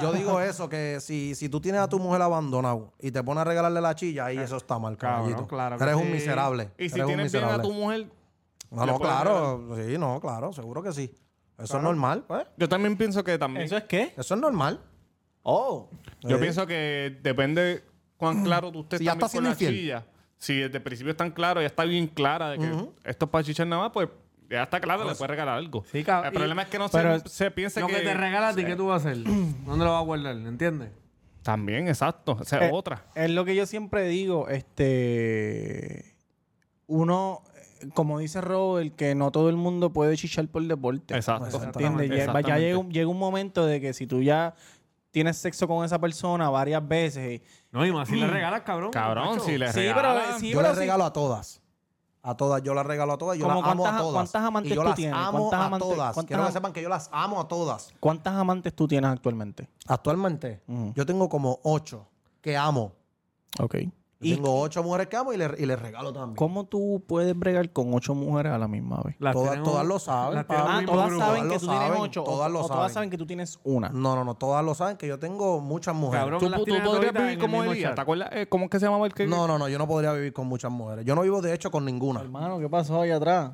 S7: Yo digo eso, que si, si tú tienes a tu mujer abandonado y te pones a regalarle la chilla, ahí eso está mal,
S6: Cabrón,
S7: caballito.
S6: claro que
S7: Eres un
S6: sí.
S7: miserable.
S3: Y si
S7: Eres un
S3: tienes bien a
S7: miserable.
S3: tu mujer,
S7: No,
S3: le
S7: no,
S3: puedes
S7: claro. Sí, no, claro, seguro que sí. Eso es normal, pues.
S3: yo también pienso que también.
S4: ¿Eso es qué?
S7: Eso es normal.
S4: Oh.
S3: Yo
S7: Sí.
S3: pienso que depende cuán claro tú estés
S7: Mm. Si ya
S3: también
S7: está
S3: con
S7: siendo
S3: la
S7: infiel.
S3: chilla. Si desde el principio es tan claro, ya está bien clara de que esto es para chichar nada más, pues ya está claro, le puedes regalar algo.
S6: Pues, Sí, cab-
S3: el
S6: y-
S3: problema es que no
S6: pero
S3: se, se piense
S6: Lo que te regala a ti, ¿qué tú vas a hacer? ¿Dónde lo vas a guardar? ¿Entiendes?
S3: También, exacto. Esa es
S4: Eh,
S3: otra.
S4: Es lo que yo siempre digo, este... Uno, eh, como dice Robert, que no todo el mundo puede chichar por deporte.
S3: Exacto.
S7: pues,
S4: ¿Entiendes? Ya- Ya,
S3: Exactamente.
S4: llega, un, llega un momento de que si tú ya tienes sexo con esa persona varias veces...
S6: No, y más si le regalas, Mm. cabrón.
S3: Cabrón,
S6: muchacho.
S3: si le
S4: Sí,
S3: regalas-
S4: pero... Sí,
S7: yo
S4: pero
S7: le
S4: sí.
S7: regalo a todas. A todas, yo las regalo a todas, yo las
S4: ¿Cómo
S7: amo a
S4: cuántas-
S7: todas.
S4: cuántas amantes
S7: y yo
S4: tú
S7: las
S4: tienes?
S7: amo
S4: ¿Cuántas
S7: a
S4: amantes-
S7: todas.
S4: cuántas
S7: Quiero que
S4: am-
S7: sepan que yo las amo a todas.
S4: ¿Cuántas amantes tú tienes actualmente?
S7: Actualmente,
S4: Ujú.
S7: yo tengo como ocho que amo.
S4: Ok.
S7: Yo tengo ocho mujeres que amo y le, y les regalo también.
S4: ¿Cómo tú puedes bregar con ocho mujeres a la misma vez?
S6: Las
S7: Todas-
S6: tenemos-
S7: todas lo saben,
S6: las
S7: pa.
S6: tenemos
S7: Ah,
S6: en el
S4: todas
S6: mismo grupo.
S7: Todas
S4: saben que
S7: lo
S4: tú tienes
S7: saben,
S4: ocho.
S7: todas
S4: o,
S7: lo
S4: o todas
S7: saben.
S4: saben que tú tienes una.
S7: No, no, no, todas lo saben que yo tengo muchas mujeres.
S6: Cabrón,
S3: Tú,
S6: las
S3: tú
S6: tienes
S3: podrías
S6: ahorita
S3: vivir
S6: en el
S3: como
S6: mismo
S3: Elías.
S6: chat.
S3: ¿Te acuerdas? eh, ¿Cómo es que se llamaba el que.?
S7: No, no, no, yo no podría vivir con muchas mujeres. Yo no vivo de hecho con ninguna.
S4: Hermano, ¿qué pasó allá atrás?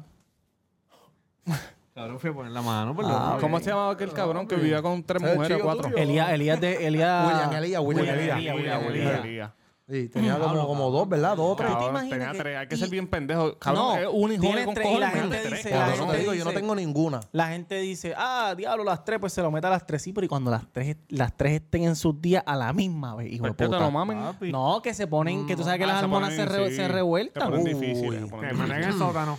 S6: Cabrón, fui a poner la mano. por
S4: Ah,
S6: lo-
S3: ¿Cómo se llamaba aquel cabrón que vivía con tres
S7: ¿Sabes,
S3: mujeres o
S7: chico,
S3: cuatro?
S7: tuyo?
S4: Elías, Elías de... Elías...
S7: William Elías, William Elías.
S4: Elías,
S3: Elías,
S4: Ah, William
S3: Elías,
S4: Elías.
S3: Elías.
S7: Sí, tenía como, como dos, ¿verdad? Dos o tres.
S4: Cabrón.
S3: Cabrón,
S4: imaginas
S3: tenía
S4: que-
S3: tres. Hay que ser
S4: y-
S3: bien pendejo. Cabrón,
S4: No,
S3: es un hijo
S4: tienes
S3: de con
S4: tres y
S3: cojones.
S4: la gente
S3: menos tres,
S4: dice-
S7: Por
S4: la
S7: eso
S3: cabrón.
S7: te
S4: gente
S7: digo, yo no
S4: dice-
S7: tengo ninguna.
S4: La gente dice, ah, diablo, las tres, pues se lo mete a las tres, sí, pero y cuando las tres, las tres estén en sus días a la misma vez, hijo de
S3: Pues que te
S4: puta.
S3: lo mamen.
S6: Papi. Mm.
S4: No, que se ponen, que tú sabes que
S3: Ah,
S4: las
S3: se
S4: hormonas se,
S3: ponen,
S4: re-
S3: sí,
S4: se
S3: se
S4: revueltan. Uh.
S3: ponen
S4: Uy.
S3: difíciles, se ponen
S6: Que me en
S3: difíciles.
S6: el sótano.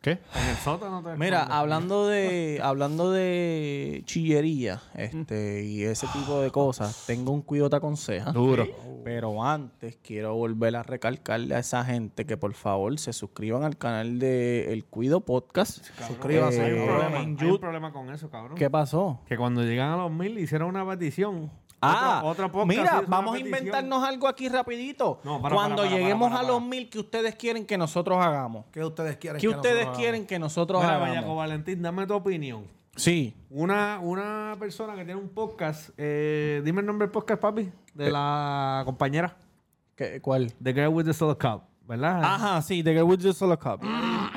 S3: ¿Qué?
S6: En el sótano. te
S4: Mira,
S6: escondes.
S4: hablando de, hablando de chillería, este, y ese tipo de cosas, tengo un cuido te aconseja.
S3: Duro.
S4: Pero antes quiero volver a recalcarle a esa gente que por favor se suscriban al canal de El Cuido Podcast.
S6: Suscríbase. hay
S4: Eh,
S6: un problema.
S4: en
S6: Hay un
S4: YouTube.
S6: problema con eso, cabrón.
S4: ¿Qué pasó?
S6: Que cuando llegan a los mil hicieron una petición.
S4: Ah,
S6: Otra- otra podcast hizo
S4: mira,
S6: una
S4: vamos a
S6: petición.
S4: inventarnos algo aquí rapidito.
S6: No, para,
S4: Cuando
S6: para, para,
S4: lleguemos
S6: para, para,
S4: a los
S6: para.
S4: mil que ustedes quieren que nosotros hagamos.
S7: ¿Qué ustedes quieren?
S4: ¿Qué
S7: que
S4: ustedes
S7: nosotros
S4: quieren que nosotros
S6: Mira, Vallaco
S4: hagamos?
S6: Valentín, dame tu opinión.
S4: Sí.
S6: Una, una persona que tiene un podcast, eh, dime el nombre del podcast, papi,
S4: Eh.
S6: de la compañera.
S4: ¿Qué- ¿Cuál?
S6: The Girl with the Solo Cup, ¿verdad?
S4: Ajá, sí, The Girl with the Solo Cup.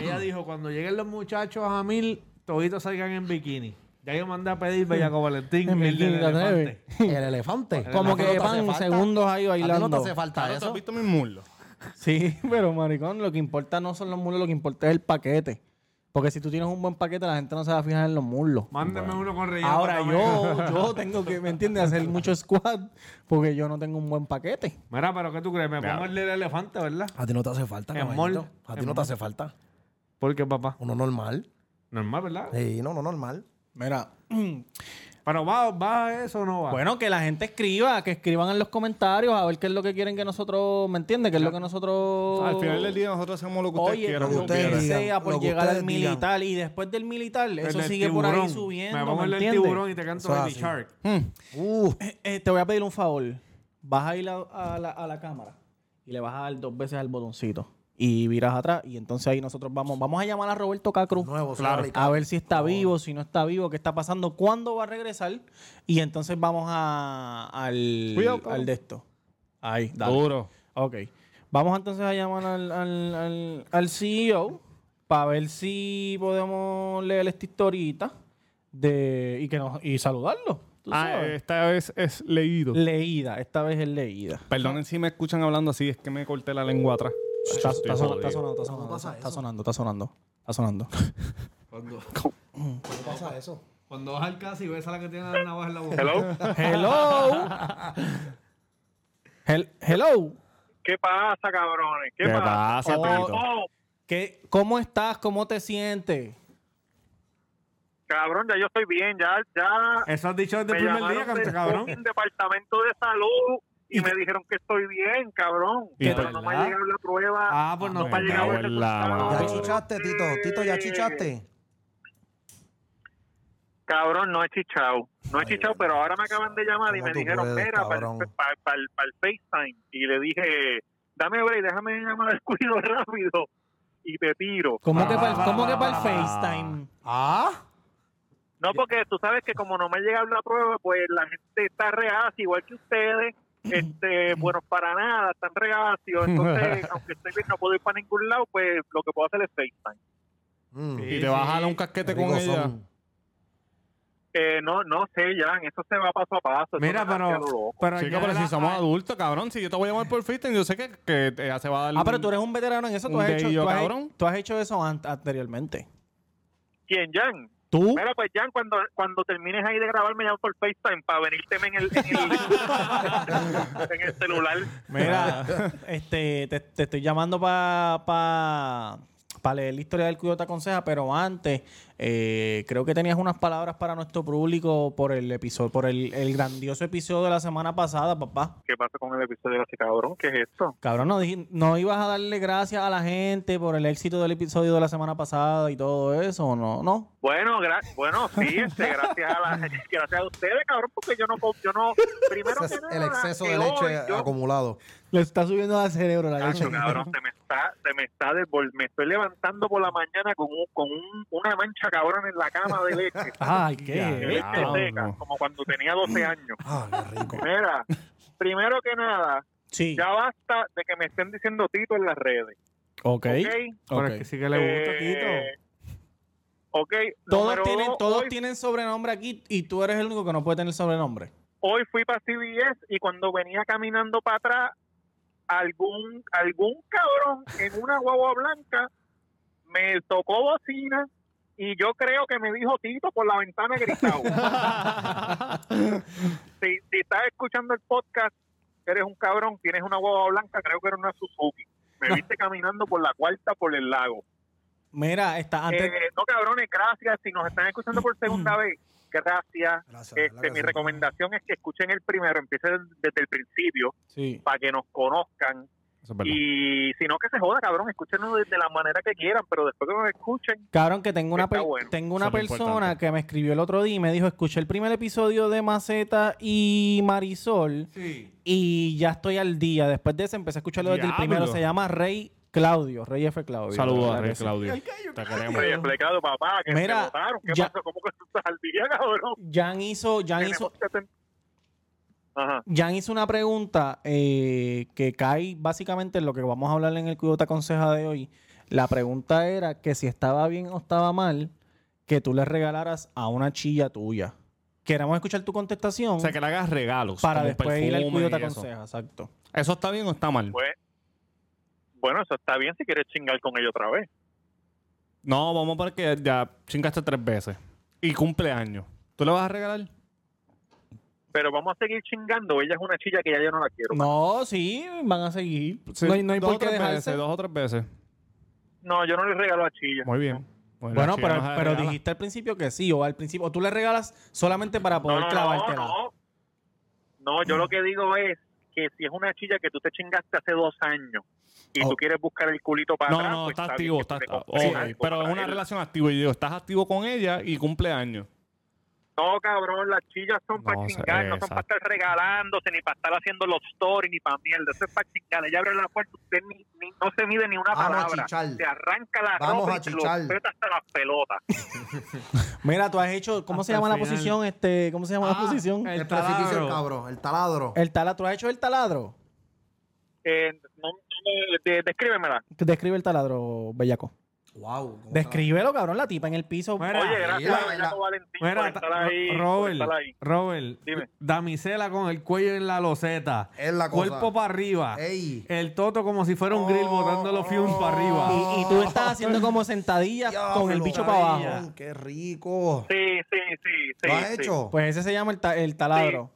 S6: Ella dijo, cuando lleguen los muchachos a mil, toditos salgan en bikini. Ya yo mandé a pedir Bellaco Valentín.
S4: En
S6: el del
S4: bikini, la
S6: elefante.
S4: nieve.
S7: hacen? El elefante.
S4: Como
S7: ¿A ti no
S4: que
S7: te hace
S4: van
S7: falta?
S4: segundos ahí
S7: ¿A ti no te
S4: bailando.
S7: hace falta
S3: ¿Tú has
S7: eso?
S3: visto mis muslos?
S4: Sí, pero maricón, lo que importa no son los mulos, lo que importa es el paquete. Porque si tú tienes un buen paquete, la gente no se va a fijar en los mulos.
S6: Mándame uno con relleno.
S4: Ahora
S6: para
S4: yo,
S6: mí.
S4: yo tengo que, ¿me entiendes? Hacer mucho squat porque yo no tengo un buen paquete.
S6: Mira, pero ¿qué tú crees? Me pongo el del elefante, ¿verdad?
S1: A ti no te hace falta,
S6: En
S1: caballito.
S6: mall.
S1: A ti
S6: En
S1: no te
S6: mall.
S1: hace falta.
S6: ¿Por qué, papá?
S7: Uno normal.
S6: Normal, ¿verdad?
S4: Eh.
S7: Sí, no, no, normal.
S4: Mira,
S6: Pero va, va eso o no va.
S4: bueno, que la gente escriba, que escriban en los comentarios a ver qué es lo que quieren que nosotros, ¿me entiendes? ¿Qué es lo que nosotros...
S3: Al final del día nosotros hacemos lo que ustedes
S4: Oye,
S3: quieran.
S4: lo que
S3: como
S4: ustedes
S3: quieran.
S7: digan,
S4: sea por
S7: lo que
S4: llegar al
S7: ustedes digan.
S4: militar y después del militar,
S6: En
S4: eso
S6: el
S4: sigue por ahí
S6: tiburón.
S4: subiendo,
S6: Me
S4: ¿me,
S6: pongo el del
S4: entiendes?
S6: tiburón y te canto
S7: Eso es
S6: Baby
S7: así.
S6: Shark.
S7: Uh,
S4: Eh, eh, te voy a pedir un favor. vas a ir a, a la, a la cámara y le vas a dar dos veces al botoncito y viras atrás y entonces ahí nosotros vamos, vamos a llamar a Roberto Cacruz.
S7: Nuevo, sorry,
S4: A ver si está vivo, si no está vivo, qué está pasando, cuándo va a regresar. Y entonces vamos a, al,
S3: Cuidado, cabrón.
S4: al de esto. Ahí, dale.
S3: Duro.
S4: Ok. Vamos entonces a llamar al, al, al, al CEO para ver si podemos leer esta historita de, y, que nos, y saludarlo. tú
S3: Ah,
S4: sabes.
S3: esta vez es leído.
S4: Leída, esta vez es leída.
S3: Perdonen si me escuchan hablando así, es que me corté la lengua atrás.
S4: Está,
S3: Estoy
S4: está sonando,
S3: jodido.
S4: está sonando, está sonando,
S7: pasa
S4: está sonando, está sonando, está sonando.
S7: ¿Qué pasa eso?
S6: Cuando vas al casa y ves a la que tiene la navaja en la boca.
S4: Hello. Hel- hello.
S8: ¿Qué pasa, cabrones? ¿Qué,
S3: ¿Qué
S8: pasa?
S3: pasa,
S4: Oh,
S3: Tito?
S8: Oh,
S4: ¿Qué, ¿Cómo estás? ¿Cómo te sientes?
S8: cabrón, ya yo estoy bien, ya, ya.
S6: Eso has dicho desde
S8: me
S6: el primer día,
S8: llamaron del
S6: canta, cabrón.
S8: fucking departamento de salud y me dijeron que estoy bien, cabrón.
S3: Y
S8: Pero no me ha
S6: verdad.
S8: llegado la prueba.
S6: Ah, pues no.
S8: me ha llegado
S3: cago
S8: el
S3: en la
S8: resultado.
S3: madre.
S7: ¿Ya
S3: Ah,
S7: chichaste, Tito? ¿Tito, ya chichaste?
S8: Cabrón, no he chichado. No he chichado, pero ahora me acaban de llamar y
S7: ¿Cómo
S8: me
S7: tú
S8: dijeron,
S7: puedes,
S8: mira, para
S7: cabrón?
S8: el, para- para el- para el FaceTime. Y le dije, dame break, déjame llamar al cuido rápido y te tiro.
S4: ¿Cómo que para ¿cómo que para el FaceTime?
S7: ¿Ah?
S8: No, porque tú sabes que como no me ha llegado la prueba, pues la gente está reacia, igual que ustedes. Este, bueno, para nada, están reacios. Entonces, aunque estoy bien, no puedo ir para ningún lado, pues lo que puedo hacer es FaceTime.
S7: Mm,
S3: Y te vas a jalar un casquete con
S7: ricos
S3: ella.
S7: son.
S8: Eh, no, no sé, Jan, eso se va paso a paso. eso
S6: Mira,
S8: no es
S6: pero.
S8: demasiado loco.
S6: Pero,
S3: Chico,
S6: ya
S3: pero
S6: la-
S3: si somos adultos, cabrón, si yo te voy a llamar por FaceTime, yo sé que, que te- ya se va a dar.
S4: Ah, pero tú eres un veterano en eso. Tú
S3: Un
S4: has, hecho,
S3: deillo,
S4: tú, has,
S3: cabrón.
S4: tú has hecho eso an- anteriormente.
S8: ¿Quién, Jan?
S4: ¿Tú?
S8: Mira, pues Jan, cuando, cuando termines ahí de grabar, me llamas por FaceTime para venirte en el, en el, en el celular.
S4: Mira, este, te, te estoy llamando para pa, pa leer la historia del Cuido Te Aconseja, pero antes, eh, creo que tenías unas palabras para nuestro público por el episodio, por el, el grandioso episodio de la semana pasada, papá.
S8: ¿Qué pasa con el episodio de ese cabrón? ¿Qué es esto?
S4: Cabrón, no, dij- no ibas a darle gracias a la gente por el éxito del episodio de la semana pasada y todo eso, ¿o ¿no? ¿No?
S8: Bueno, gra- bueno, sí, este, gracias a la, gracias a ustedes, cabrón, porque yo no, com- yo no, primero
S7: Ese es
S8: que
S7: el
S8: nada,
S7: exceso
S8: que
S7: de
S8: hoy
S7: leche
S8: yo- Este,
S7: acumulado.
S4: Le está subiendo al cerebro la
S8: Cacho, cabrón, se me está, se me está, desvol- me estoy levantando por la mañana con, un- con un- una mancha cabrón en la cama de leche,
S4: Ay,
S8: de
S4: qué.
S8: leche
S3: diablo.
S8: seca, como cuando tenía 12 años.
S7: Ah, qué rico.
S8: Mira, primero que nada,
S4: Sí.
S8: ya basta de que me estén diciendo Tito en las redes,
S4: Ok.
S8: ¿ok?
S6: Pero es que sí que le gusta,
S8: Eh,
S6: Tito.
S8: Ok,
S4: Todos,
S8: número
S4: tienen,
S8: dos,
S4: todos
S8: hoy
S4: tienen sobrenombre aquí y tú eres el único que no puede tener sobrenombre.
S8: hoy fui para CBS y cuando venía caminando para atrás, algún, algún cabrón en una guagua blanca me tocó bocina y yo creo que me dijo Tito por la ventana gritado. si, si estás escuchando el podcast, eres un cabrón, tienes una guagua blanca, creo que era una Suzuki. Me
S4: Ah.
S8: viste caminando por la cuarta por el lago.
S4: Mira, está antes. Mm.
S8: Eh, no, cabrones, gracias. Si nos están escuchando por segunda vez, gracias.
S7: Gracias,
S8: Este,
S7: ¿verdad que
S8: mi
S7: sí?
S8: recomendación es que escuchen el primero, empiecen desde el principio
S4: sí.
S8: para que nos conozcan.
S3: Eso es verdad.
S8: Y si no, que se joda, cabrón, escúchenos de, de la manera que quieran, pero después que nos escuchen,
S4: Cabrón, que tengo una,
S8: Está
S4: per-
S8: bueno.
S4: tengo una
S3: Eso es lo
S4: persona
S3: importante.
S4: que me escribió el otro día y me dijo, escuché el primer episodio de Maceta y Marisol
S6: Sí.
S4: y ya estoy al día. Después de ese empecé a escucharlo desde el
S3: Diablo.
S4: primero. Se llama Rey Claudio, Rey F. Claudio.
S3: Saludos
S4: ¿verdad
S3: a Rey
S4: que sí?
S3: Claudio. Te queremos.
S8: me explicado, papá, que
S4: Mira,
S8: se votaron. ¿Qué
S4: ya-
S8: pasó? ¿Cómo que tú estás al día, cabrón?
S4: Jan hizo, Jan
S8: Tenemos
S4: hizo,
S8: 70 Ajá.
S4: Jan hizo una pregunta eh, que cae básicamente en lo que vamos a hablar en el Cuidado Te Aconseja de hoy. La pregunta era que si estaba bien o estaba mal que tú le regalaras a una chilla tuya. Queremos escuchar tu contestación
S3: O sea, que le hagas regalos.
S4: para
S3: pues, como
S4: después ir al
S3: perfume
S4: Cuidado
S3: y
S4: Te
S3: eso.
S4: Aconseja. Exacto.
S3: ¿Eso está bien o está mal?
S8: Pues, bueno, eso está bien si quieres chingar con ellos otra vez.
S3: No, vamos a poner que ya chingaste tres veces. Y cumpleaños. ¿Tú le vas a regalar?
S8: Pero vamos a seguir chingando. Ella es una chilla que ya yo no la quiero.
S4: No, sí, van a seguir.
S3: Sí,
S4: no, hay- no hay
S3: dos
S4: por
S3: o
S4: qué
S3: tres
S4: dejarse.
S3: veces, Dos o tres veces.
S8: No, yo no le regalo a chilla.
S3: Muy bien. Pues,
S4: Bueno,
S3: sí,
S4: pero,
S3: no se
S4: pero
S3: regala.
S4: dijiste al principio que sí, o al principio, o tú le regalas solamente para
S8: No,
S4: poder
S8: no, no,
S4: clavártela.
S8: no. No, yo lo que digo es que si es una chilla que tú te chingaste hace dos años y
S4: Oh.
S8: tú quieres buscar el culito para
S3: No,
S8: atrás,
S3: no,
S8: pues
S3: está
S8: bien
S3: activo.
S8: que
S3: Está,
S8: tú te
S3: está-
S8: compres
S3: ok,
S8: algo
S3: pero es
S8: para
S3: una
S8: él.
S3: relación activa. Y yo, estás activo con ella y cumpleaños.
S8: No, cabrón, las chillas son
S3: No,
S8: para
S3: se-
S8: chingar, no son para
S3: exacto.
S8: estar regalándose, ni para estar haciendo los stories, ni para mierda. Eso es para chingar. Ella abre la puerta, usted ni, ni- no se mide ni una
S7: Vamos a
S8: palabra.
S7: chichar.
S8: Te arranca la
S7: Vamos
S8: ropa
S7: a
S8: y te lo
S7: chichar.
S8: peta hasta las pelotas.
S4: Mira, tú has hecho. ¿Cómo se llama la
S6: final.
S4: posición? Este, ¿Cómo se llama la
S6: Ah,
S4: posición?
S6: el
S7: El, precipicio,
S6: taladro.
S7: el cabrón, el taladro.
S4: El taladro. ¿Tú has hecho el taladro?
S8: Eh, no, no, de- descríbemela.
S4: Describe el taladro, bellaco.
S7: Wow. ¿cómo
S4: Descríbelo, cabrón, la tipa en el piso.
S6: Mira,
S8: Oye, gracias,
S7: mira,
S8: Bellaco Valentín, por
S6: Mira,
S8: estar ahí. por
S6: Robert,
S8: estar ahí.
S6: Robert,
S8: Dime.
S6: damisela con el cuello en la loseta,
S7: Es la cosa. Eh.
S6: cuerpo para arriba,
S7: Ey.
S6: el toto como si fuera un grill botando los fumes para arriba.
S4: Y, y tú estás haciendo como sentadillas
S7: está?
S4: con el
S7: Diablo,
S4: bicho para abajo.
S7: cabrón, Qué rico.
S8: Sí, sí, sí. sí
S7: ¿Lo has
S8: sí.
S7: hecho? Pues,
S4: Pues ese se llama el, ta- el taladro.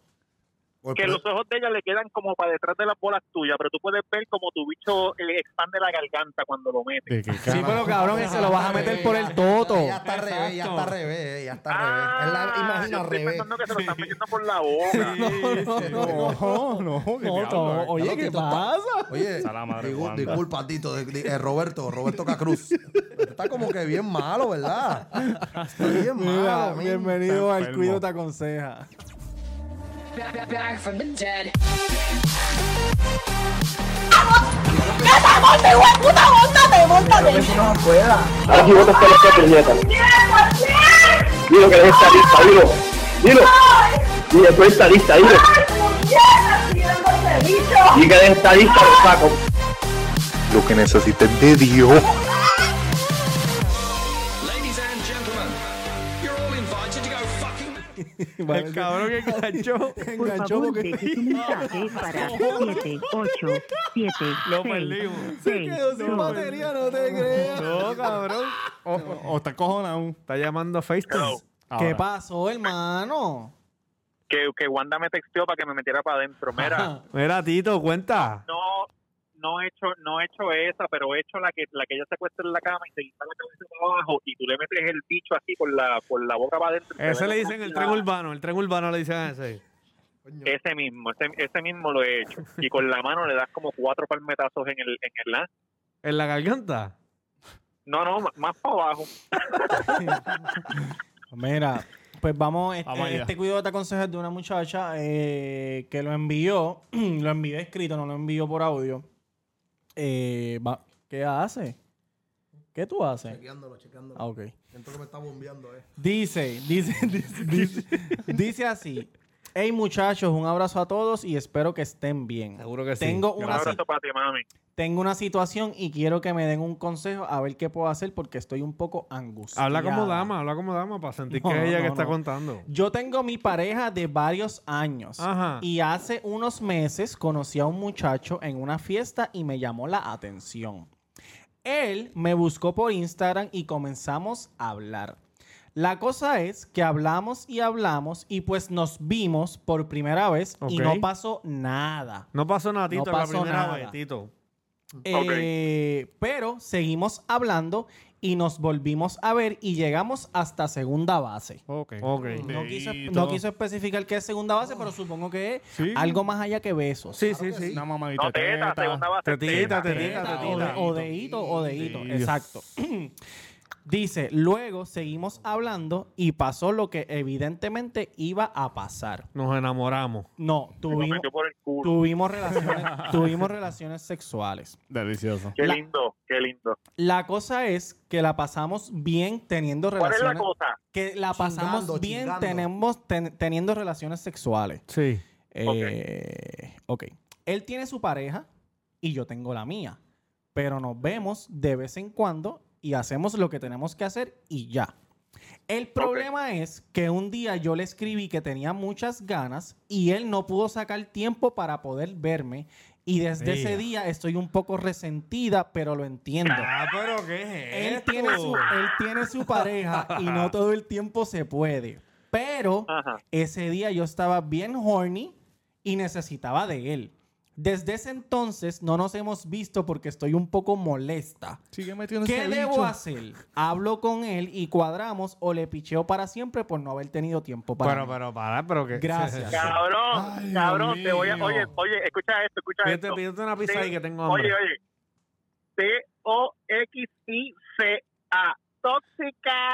S7: Por-
S8: Que los ojos de ella le quedan como para detrás de las bolas tuyas, pero tú puedes ver como tu bicho eh, expande la garganta cuando lo metes.
S3: De que
S4: Sí,
S3: cara-
S4: pero cabrón, ese lo vas a meter por el toto.
S7: Ya está al revés, ya está al revés, ya está al revés.
S8: Ah,
S7: Es la- imagina
S8: yo
S7: al
S8: estoy
S7: revés.
S8: pensando que se lo están metiendo por la
S3: No, no,
S8: boca.
S3: qué
S4: No,
S3: diablo,
S4: no,
S3: eh.
S4: oye,
S7: Ya lo
S4: ¿qué
S7: quito, está-
S4: pasa?
S7: Oye,
S3: Está la madre
S7: digu-
S3: Wanda.
S7: disculpa, Tito, de- de- eh, Roberto, Roberto Cacruz. Está como que bien malo, ¿verdad? Está bien malo. men.
S4: Ah, bienvenido
S3: al enfermo. Cuido Te
S4: aconseja.
S9: back, back from the dead.
S10: Aquí vos estás los que puñetas. Dilo que eres estadista, dilo. Dilo. Dilo, tú eres estadista, dilo. Y que eres estadista, lo saco.
S11: Lo que necesites de Dios.
S6: El cabrón que enganchó.
S4: Enganchó porque
S6: Lo perdimos.
S4: se quedó sin batería, no te creas.
S6: No, cabrón.
S3: O, o está cojonado.
S6: Está llamando a FaceTime.
S8: Hello.
S4: ¿Qué
S3: Ahora.
S4: pasó, hermano?
S8: que, que Wanda me texteó para que me metiera para adentro. Mira,
S4: Ajá.
S6: Mira, Tito, cuenta.
S8: no, no he hecho, no he hecho esa, pero he hecho la que, la que ella se acuesta en la cama y se quita la cabeza para abajo y tú le metes el bicho así por la, por la boca para adentro. y te
S6: Ese
S8: ve
S6: le
S8: como
S6: dicen el
S8: si
S6: tren
S8: la-
S6: urbano. El tren urbano le dicen a ese.
S8: Ese mismo, ese, ese mismo lo he hecho. Y con la mano le das como cuatro palmetazos en el, en el ¿ah?
S6: En la garganta.
S8: No, no, más- más para abajo.
S4: Mira, pues vamos, este,
S3: Vamos allá.
S4: este cuidado te aconseja es de una muchacha eh, que lo envió, lo envió escrito, no lo envió por audio. Eh, va- ¿Qué hace? ¿Qué tú haces?
S7: Chequeándolo, chequeándolo.
S4: Ah, ok.
S7: Siento que me está bombeando, eh.
S4: Dice, dice, dice, dice, dice así. Hey muchachos, un abrazo a todos y espero que estén bien.
S6: Seguro que sí.
S4: Tengo
S8: Un
S4: una si-
S8: abrazo para ti, mami.
S4: tengo una situación y quiero que me den un consejo a ver qué puedo hacer porque estoy un poco angustiado.
S6: Habla como dama, habla como dama para sentir
S4: No,
S6: que es ella
S4: no,
S6: que está
S4: no.
S6: contando.
S4: Yo tengo mi pareja de varios años
S6: Ajá.
S4: y hace unos meses conocí a un muchacho en una fiesta y me llamó la atención. Él me buscó por Instagram y comenzamos a hablar. La cosa es que hablamos y hablamos y pues nos vimos por primera vez y
S6: Ok.
S4: no pasó nada.
S6: No pasó nada,
S4: No
S6: Tito,
S4: pasó
S6: la primera
S4: nada.
S6: vez, Tito.
S4: Eh, pero seguimos hablando y nos volvimos a ver y llegamos hasta segunda base.
S3: Ok.
S6: Ok.
S4: No quiso,
S3: Deito.
S4: no quiso especificar qué es segunda base, pero supongo que es
S3: Sí.
S4: algo más allá que besos.
S6: Sí, sí, sí.
S3: Una mamadita.
S8: No, teta, segunda base.
S6: Tetita, tetita,
S4: Teta,
S6: tetita.
S4: o, de, o deíto, o deíto.
S3: Sí.
S4: Exacto. Dice, luego seguimos hablando y pasó lo que evidentemente iba a pasar.
S6: Nos enamoramos.
S4: No,
S8: Me
S4: tuvimos,
S8: metió por el culo.
S4: tuvimos, relaciones, tuvimos relaciones sexuales.
S3: Delicioso.
S8: Qué
S4: la-
S8: lindo, qué lindo.
S4: La cosa es que la pasamos bien teniendo
S8: ¿Cuál es
S4: relaciones.
S8: la cosa?
S4: Que la pasamos
S7: Chingando,
S4: bien
S7: chingando.
S4: tenemos ten- teniendo relaciones sexuales.
S6: Sí.
S4: Eh, ok. Él tiene su pareja y yo tengo la mía. Pero nos vemos de vez en cuando y hacemos lo que tenemos que hacer y ya. El problema es que un día yo le escribí que tenía muchas ganas y él no pudo sacar tiempo para poder verme. Y desde ese
S6: Ea.
S4: día estoy un poco resentida, pero lo entiendo.
S6: Ah, pero ¿qué
S4: Él tiene, su, él tiene su pareja y no todo el tiempo se puede. Pero
S3: Ah.
S8: Ajá.
S4: ese día yo estaba bien horny y necesitaba de él. Desde ese entonces no nos hemos visto porque estoy un poco molesta.
S3: Sigue metiendo
S4: ¿Qué
S3: ese
S4: debo
S3: bicho.
S4: hacer? ¿Hablo con él y cuadramos o le picheo para siempre por no haber tenido tiempo para
S6: Pero,
S4: mí?
S6: pero, para, pero que.
S4: Gracias.
S8: Cabrón,
S3: Ay, Dios
S8: cabrón, te voy a.
S3: mío.
S8: Oye, oye, escucha esto, escucha
S6: Pídete,
S8: esto.
S6: pídete una pizza
S8: Sí.
S6: ahí que tengo hambre.
S8: Oye, oye. T-O-X-I-C-A.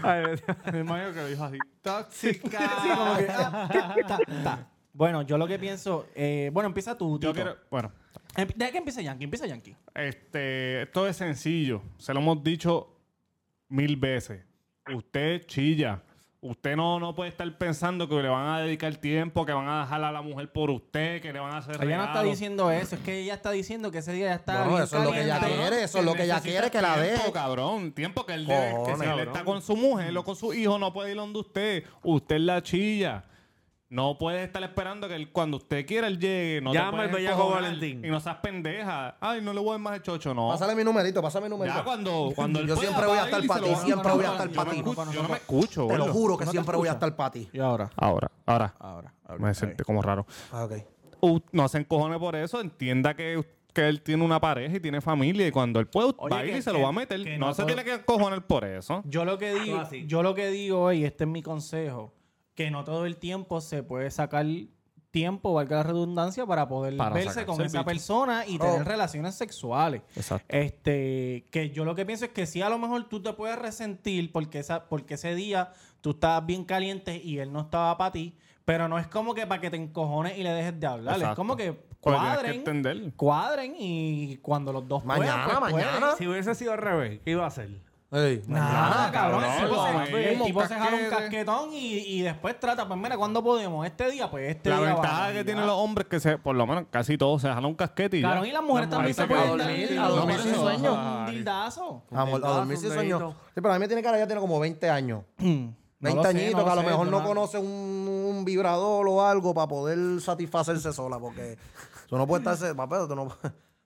S8: tóxica.
S3: Me imagino que lo dijo así.
S7: Tóxica.
S4: Sí, como que, ah, ta, ta. Bueno, yo lo que pienso. eh, bueno, empieza tú, Tito.
S3: Yo quiero, bueno,
S4: Em- Deja que empiece Yankee, empieza Yankee.
S3: este, esto es sencillo. Se lo hemos dicho mil veces. Usted chilla. Usted no, no puede estar pensando que le van a dedicar tiempo, que van a dejar a la mujer por usted, que le van a hacer
S4: Ella no está
S3: regalos.
S4: diciendo eso, es que ella está diciendo que ese día ya está.
S7: Bueno,
S4: bien
S7: eso es lo que ella
S4: caliente.
S7: quiere, eso es lo que ella
S3: necesita
S7: quiere que la
S3: tiempo,
S7: deje.
S3: cabrón. Tiempo que él debe- que si
S7: Cojones,
S3: él está con su mujer o con su hijo, no puede ir donde usted. Usted es la chilla. No puede estar esperando que él, cuando usted quiera él llegue. No te
S6: Llama
S3: puedes
S6: al bellaco
S3: encojonar
S6: Valentín.
S3: Y no seas pendeja. Ay, no le voy a dar más el chocho, no.
S7: Pásale mi numerito, pásale mi numerito.
S3: Ya cuando, cuando él
S7: Yo
S3: pueda,
S7: siempre voy a
S3: va
S7: estar
S3: ir y
S7: para
S3: se lo
S7: ti,
S3: va a
S7: siempre voy a
S3: comprar.
S7: estar para ti.
S3: Yo me escucho, Yo no me escucho,
S7: Te lo
S3: boludo.
S7: juro que siempre voy a estar para ti.
S4: Y ahora,
S3: Ahora, ahora.
S4: ahora, ahora.
S3: Me senté como raro.
S7: Ah, ok.
S3: U- no se encojone por eso, entienda que, que él tiene una pareja y tiene familia y cuando él puede
S4: Oye,
S3: va a ir
S4: que-
S3: y se lo
S4: que-
S3: va a meter.
S4: que
S3: No,
S4: no
S3: se
S4: todo-
S3: tiene que encojonar por eso.
S4: Yo lo que digo,
S6: así.
S4: yo lo que digo, y este es mi consejo, que no todo el tiempo se puede sacar tiempo, valga la redundancia, para poder
S3: Para
S4: verse
S3: sacarse
S4: con
S3: el
S4: esa
S3: bicho.
S4: persona y
S7: Oh.
S4: tener relaciones sexuales.
S3: Exacto.
S4: Este, que yo lo que pienso es que sí a lo mejor tú te puedes resentir porque esa, porque ese día tú estabas bien caliente y él no estaba para ti, pero no es como que para que te encojones y le dejes de hablar, es
S3: Exacto.
S4: como que
S3: Pero tienes que
S4: cuadren,
S3: entender.
S4: cuadren y cuando los dos
S7: Mañana,
S4: puedan, pues,
S7: mañana.
S4: pueden.
S6: Si hubiese sido al revés, ¿qué iba a hacer?
S7: Ey,
S4: Nada, cabrón.
S3: cabrón,
S4: el tipo,
S3: lo
S4: se, el
S3: mismo,
S4: tipo se jala un
S3: casquete.
S4: casquetón y, y después trata, pues mira, ¿cuándo podemos? Este día, pues este
S3: la
S4: día.
S3: ventaja
S4: vamos,
S3: que
S4: ya.
S3: tienen los hombres que se, por lo menos casi todos se dejan un casquete y ya.
S4: Cabrón, y las mujeres
S3: Ahí
S4: también se
S3: acabó.
S4: pueden
S7: a dormir,
S4: dar
S7: a dormir
S4: un
S7: sin
S4: dildazo,
S7: sueño.
S4: Un dildazo.
S7: A, mol- a dormir sin sueño. Sí, pero a mí me tiene cara, ya tiene como 20 años.
S4: No
S7: 20
S4: lo sé,
S7: añitos,
S4: no
S7: que a
S4: lo
S7: lo
S4: sé,
S7: mejor
S4: yo
S7: no
S4: no-
S7: conoce un, un vibrador o algo para poder satisfacerse sola, porque tú no puedes estarse, papá, tú no,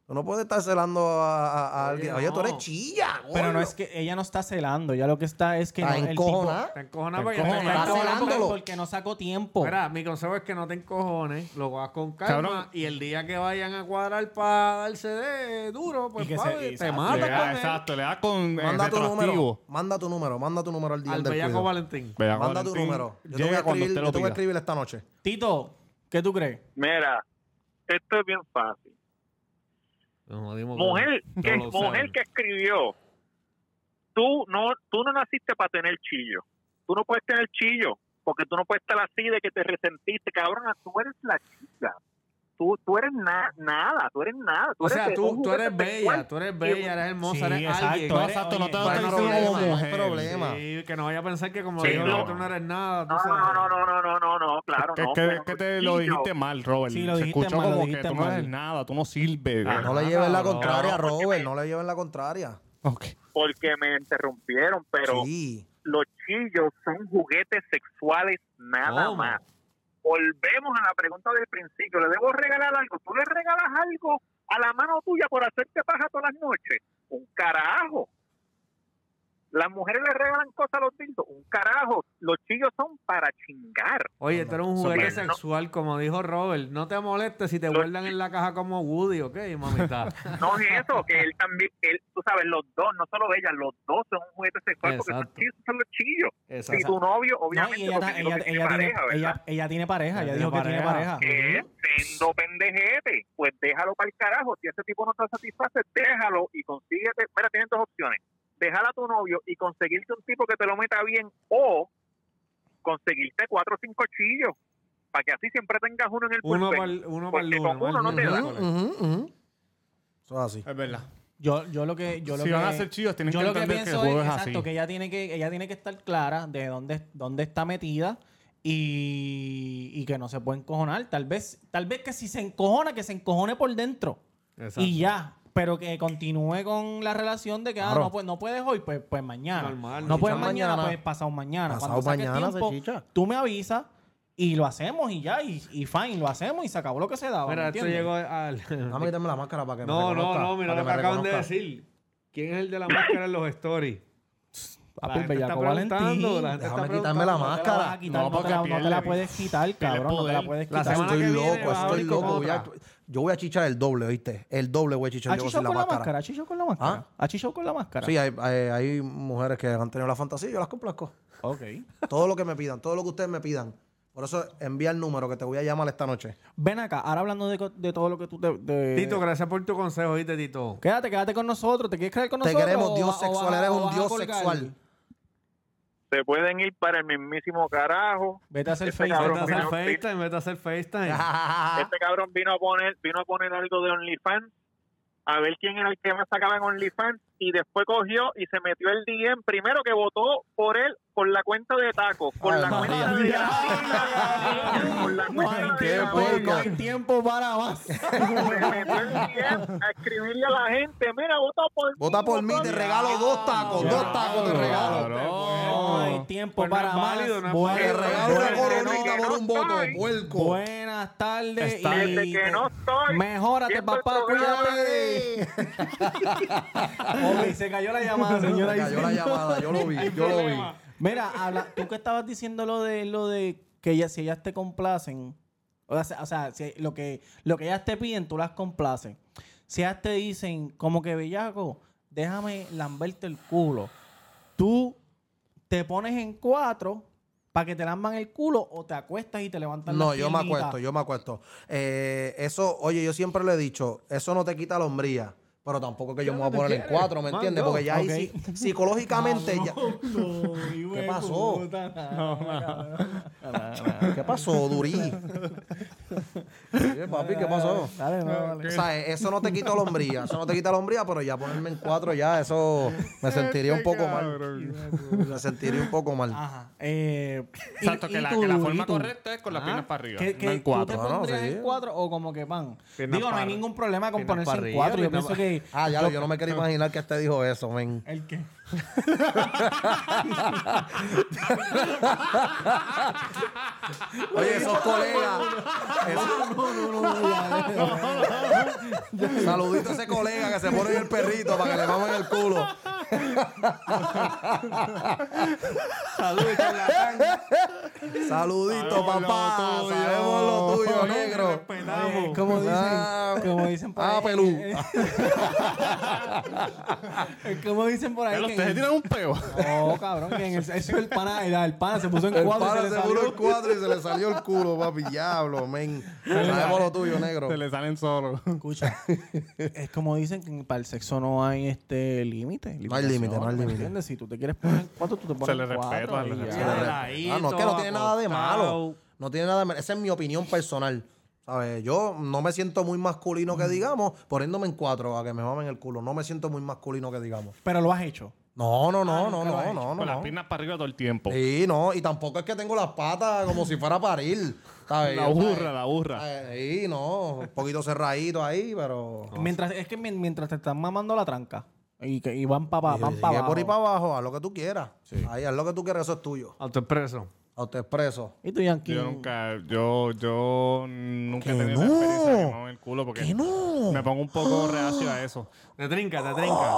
S7: tú no puedes estar celando a, a- a alguien. Oye, tú eres chilla,
S4: Pero no
S7: gordo.
S4: es que ella no está celando, ya lo que está es que no,
S7: Está
S4: el tipo
S7: encojonada.
S6: Te encojonas porque
S4: está
S7: encojonada.
S6: te-
S7: Está
S4: encojonado
S7: celándolo.
S4: porque no sacó tiempo.
S6: Mira, mi consejo es que no te encojones, lo vas con calma
S3: Cabrón.
S6: y el día que vayan a cuadrar para darse de duro, pues
S4: Y que se-
S6: papi,
S4: y
S6: te
S3: Le
S6: matas
S3: da-
S6: con él.
S3: exacto, le da con el
S7: Manda tu número.
S3: retroactivo.
S7: Manda tu número, manda tu número al día
S6: Al
S7: del
S6: bellaco
S7: cuido.
S6: Valentín.
S3: Vea,
S7: Manda tu
S3: Valentín,
S7: número. Yo te voy a
S3: llega cuando
S7: escribir,
S3: usted
S7: yo
S3: lo
S7: te voy a
S3: pida.
S7: escribir esta noche.
S4: Tito, ¿qué tú crees?
S8: Mira, esto es bien fácil.
S6: Nos jodimos con-
S8: Mujer,
S6: No
S8: que,
S6: lo
S8: mujer
S6: saben.
S8: que escribió, tú no, tú no naciste para tener chillo. Tú no puedes tener chillo, porque tú no puedes estar así de que te resentiste. Cabrona, tú eres la chica. Tú, tú eres na- nada, tú eres nada. Tú
S6: O
S8: eres
S6: sea,
S8: de-
S6: tú,
S8: un
S6: tú eres
S8: juguete
S6: bella,
S8: sexual.
S6: tú eres bella, eres hermosa,
S4: Sí,
S6: eres
S4: exacto,
S6: alguien.
S4: eres-
S3: Exacto, no te
S7: No
S3: lo
S7: hay
S3: estoy
S6: Bueno,
S3: diciendo
S7: problema,
S3: como
S7: no hay
S3: mujer.
S7: problema.
S6: Sí, que no vaya a pensar que como
S8: Sí,
S6: digo,
S8: no.
S6: tú no eres nada. tú
S8: No,
S6: sabes.
S8: no, no, no, no, no, no, no, claro,
S3: Que,
S8: no.
S3: que-
S8: pero
S3: que te lo
S8: chillo.
S3: dijiste mal, Robert.
S4: Sí, lo
S3: se
S4: dijiste
S3: escuchó
S4: mal, lo
S3: como que
S4: dijiste
S3: tú no
S4: mal.
S3: eres nada, tú no sirves.
S7: No le lleven la contraria, Robert. No le lleven la contraria.
S3: Ok.
S8: Porque me interrumpieron, pero
S7: Sí.
S8: los chillos son juguetes sexuales nada
S6: ¿Cómo?
S8: más. Volvemos a la pregunta del principio. ¿Le debo regalar algo? ¿Tú le regalas algo a la mano tuya por hacerte paja todas las noches? Un carajo. Las mujeres le regalan cosas a los tildos. Un carajo. Los chillos son para chingar.
S6: Oye, tú eres un juguete
S8: Bueno, no.
S6: sexual, como dijo Robert. No te molestes si te
S8: Lo-
S6: vuelvan en la caja como Woody, ¿ok, mamita?
S8: No es eso, que él también, él, tú sabes, los dos, no solo ella, los dos son un juguete sexual
S6: Exacto.
S8: porque son chillos, son los chillos.
S6: Exacto.
S8: Si tu novio,
S4: No,
S8: obviamente,
S4: y ella,
S8: porque
S4: ta-
S8: digo
S4: ella-
S8: que
S4: ella tiene,
S8: pareja, ¿verdad?
S4: ella, ella tiene pareja, ella
S6: Tiene
S4: dijo que tiene
S6: pareja.
S4: pareja.
S8: que es siendo pendejete, pues déjalo para el carajo. Si ese tipo no te satisface, déjalo y consíguete. Mira, tienes dos opciones: dejar a tu novio y conseguirte un tipo que te lo meta bien, o conseguirte cuatro o cinco chillos para que así siempre tengas uno en el
S6: Uno
S8: bullpen.
S6: para el uno
S8: Porque
S6: pa'l lunes.
S8: pues, con uno
S6: más
S8: no te
S6: lunes.
S8: da.
S6: Ujú, ujú.
S7: Ujú, ujú. Eso es así.
S3: Es verdad.
S4: Yo, yo lo que yo lo
S3: Si
S4: que,
S3: van a ser chillos, tienen
S4: yo
S3: que
S4: lo que
S3: entender que
S4: pienso
S3: el juego
S4: es,
S3: es
S4: exacto,
S3: así.
S4: que ella tiene que ella tiene que estar clara de dónde dónde está metida y, y que no se puede encojonar, tal vez tal vez que si se encojona que se encojone por dentro
S6: Exacto.
S4: y ya, pero que continúe con la relación de que ah,
S7: Claro.
S4: no pues no puedes hoy, pues pues mañana.
S6: Normal,
S4: no
S6: chicha
S4: puedes mañana,
S7: mañana.
S4: pues pasado mañana,
S7: Pasado
S4: Cuando saques
S7: mañana se
S4: tiempo,
S7: chicha.
S4: tú me avisas y lo hacemos y ya y, y fine, lo hacemos y se acabó lo que se daba,
S6: Mira,
S4: ¿me
S6: esto
S4: entiendes?
S6: llegó al...
S7: Dame quitarme la máscara para que
S6: No,
S7: me
S6: no,
S7: reconozca,
S6: no, mira
S7: para
S6: lo que
S7: me
S6: acaban de
S7: reconozca.
S6: decir. ¿Quién es el de la máscara en los stories?
S4: Papi,
S6: La
S4: el
S6: gente está
S4: bellaco
S6: preguntando,
S4: Valentín.
S6: la gente está
S7: Déjame quitarme la
S4: No
S6: preguntando.
S4: te la vas a
S7: máscara.
S4: quitar,
S3: No,
S4: no, te
S3: porque
S4: la, no te la
S3: pierde-
S4: puedes quitar, cabrón. No te la
S3: poder.
S4: puedes
S6: La
S4: quitar. Ah,
S6: semana
S7: Estoy
S6: que viene
S7: loco,
S6: vas a
S7: estoy
S6: abrir con
S7: loco. voy a-
S6: otra.
S7: yo voy a chichar el doble, ¿oíste? El doble voy a chichar
S4: ¿Ha
S7: yo sin
S4: chichado
S7: la
S4: con la
S7: máscara.
S4: máscara? ¿Ha chichado con la máscara?
S7: ¿Ah?
S4: ¿Ha chichado con la máscara?
S7: Sí, hay, hay- hay mujeres que han tenido la fantasía y yo las complazco.
S4: Ok.
S7: Todo lo que me pidan, todo lo que ustedes me pidan. Por eso envía el número que te voy a llamar esta noche.
S4: Ven acá, ahora hablando de, co- de todo lo que tú te. de-
S6: Tito, gracias por tu consejo, ¿viste, Tito?
S4: Quédate, quédate con nosotros. ¿Te quieres quedar con
S7: Te
S4: nosotros?
S7: queremos,
S4: o
S7: dios
S4: va- o
S7: sexual,
S4: vas-
S7: eres
S4: o
S7: un
S4: vas a
S7: dios
S4: colgar?
S7: sexual.
S8: Se pueden ir para el mismísimo carajo.
S4: Vete a hacer
S8: Este
S4: Facebook.
S8: cabrón
S6: Vete a hacer
S8: vino-
S6: FaceTime, vete a hacer FaceTime.
S8: Este cabrón vino a poner, vino a poner algo de OnlyFans, a ver quién era el que más sacaba en OnlyFans, y después cogió y se metió el DM primero que votó por él por la cuenta de tacos, por
S7: Ay,
S8: la
S7: María.
S8: cuenta de por la cuenta
S7: Qué
S8: de la-
S7: porca.
S4: No hay tiempo para más.
S8: se metió el DM a escribirle a la gente, mira, vota por
S7: Vota por mí, te regalo dos tacos, dos tacos te regalo.
S4: No hay tiempo
S6: Pues no
S4: para
S6: es
S4: más.
S6: válido, no es
S4: Buenas-
S7: Te regalo una
S8: Desde
S7: coronita
S8: que
S7: por un
S8: no
S7: voto,
S8: estoy.
S7: puerco.
S4: Buenas tardes.
S6: Está-
S4: y-
S8: Desde que no estoy.
S4: Mejórate,
S8: viendo el
S4: papá.
S8: programa.
S4: Cuídate. Ok, se cayó la llamada, señora.
S7: Me cayó la
S4: Isabel.
S7: llamada, yo lo vi, yo lo vi.
S4: Mira, habla, tú que estabas diciendo lo de lo de que ellas, si ellas te complacen, o sea, o sea, si lo que lo que ellas te piden, tú las complacen. Si ellas te dicen, como que bellaco, déjame lamberte el culo, tú te pones en cuatro para que te lamban el culo o te acuestas y te levantan
S7: No,
S4: las
S7: yo me
S4: piernitas?
S7: acuesto, yo me acuesto. Eh, eso, oye, yo siempre le he dicho, eso no te quita la hombría, pero tampoco que yo me voy a poner en cuatro, ¿me entiendes? Porque ya ahí
S4: Ok.
S7: sí- psicológicamente ya...
S4: ¿Qué
S7: pasó? ¿Qué pasó, Durí? Oye, papi, ¿qué pasó?
S4: Dale, no, dale.
S7: O sea, eh, eso no te quita la hombría, eso no te quita la hombría, pero ya ponerme en cuatro ya, eso me
S4: Este
S7: sentiría un poco mal. Me sentiría un poco mal.
S4: Ajá. Eh,
S3: Exacto,
S4: y-
S3: que
S4: y
S3: la,
S4: tú,
S3: que la
S4: Luis,
S3: forma
S4: tú.
S3: correcta es con las piernas para arriba.
S4: Ah, Que, que
S3: no en
S4: tú
S3: cuatro.
S4: te
S7: Ah, No, no,
S4: pondrías
S7: sí.
S4: en cuatro o como que van.
S6: Piernas
S4: Digo, no hay
S6: para-
S4: ningún problema con
S6: piernas
S4: ponerse
S6: para
S4: en
S6: arriba,
S4: cuatro. Yo
S6: piernas
S4: pienso que...
S7: Ah, ya, lo- yo no me quería imaginar que este dijo eso, men.
S4: ¿El qué?
S7: Oye, esos colegas. esos- Saludito a ese colega que se pone en el perrito para que le mamen el culo. Saludito,
S3: Sabemos lo
S7: papá.
S3: tuyo.
S7: Sabemos lo tuyo,
S3: Oye,
S7: negro.
S4: Eh, como dicen,
S7: Ah.
S4: como dicen por
S7: Ah,
S4: ahí.
S7: pelú.
S4: eh, como dicen por ahí.
S3: Pero
S4: que
S3: ustedes
S4: en-
S3: tiran un peo.
S4: No, cabrón, que en el, eso el pana, el, el pana se puso en
S7: El
S4: cuatro y se
S7: pana
S4: le
S7: se puso
S4: salió.
S7: el cuadro y se le salió el culo, papi. Diablo, men. Sabemos lo tuyo, negro.
S3: Se le salen solos.
S4: Escucha, es como dicen que para el sexo no hay este límite.
S7: hay
S4: limitación,
S7: límite, no hay
S4: ¿me
S7: límite.
S4: entiendes? Si tú te quieres poner en cuatro, tú te pones
S3: le
S4: en cuatro.
S3: respeta,
S4: y
S3: le
S4: ya.
S3: respeta.
S7: Ah, no, es que no tiene nada de malo. No tiene nada de malo. Esa es mi opinión personal. ¿Sabes? Yo no me siento muy masculino
S3: Mm.
S7: que digamos, poniéndome en cuatro a que me mamen el culo. No me siento muy masculino que digamos.
S4: Pero lo has hecho.
S7: No,
S3: Ah,
S7: no, no, no,
S4: nunca lo has
S7: no,
S4: hecho.
S7: no, no.
S3: Con las
S7: no.
S3: piernas para arriba todo el tiempo.
S7: Sí, no, y tampoco es que tengo las patas como si fuera a parir. ¿sabes?
S3: La
S7: ¿sabes?
S3: burra, la burra.
S7: ¿sabes? Sí, no, un poquito cerradito ahí, pero.
S4: Mientras, es que mien- mientras te están mamando la tranca y, que, y van para
S7: Sí, sí, que por ahí para abajo, haz lo que tú quieras. Ahí, haz lo que tú quieras, eso es tuyo.
S6: Autoexpreso.
S7: A usted preso.
S4: Y tú, Yankee.
S3: Yo nunca, yo, yo nunca he
S7: Que
S3: tenido la
S7: no.
S3: experiencia de quemarme el culo porque
S7: ¡Que no!
S3: me pongo un poco reacio a eso.
S6: Te trinca, te trinca.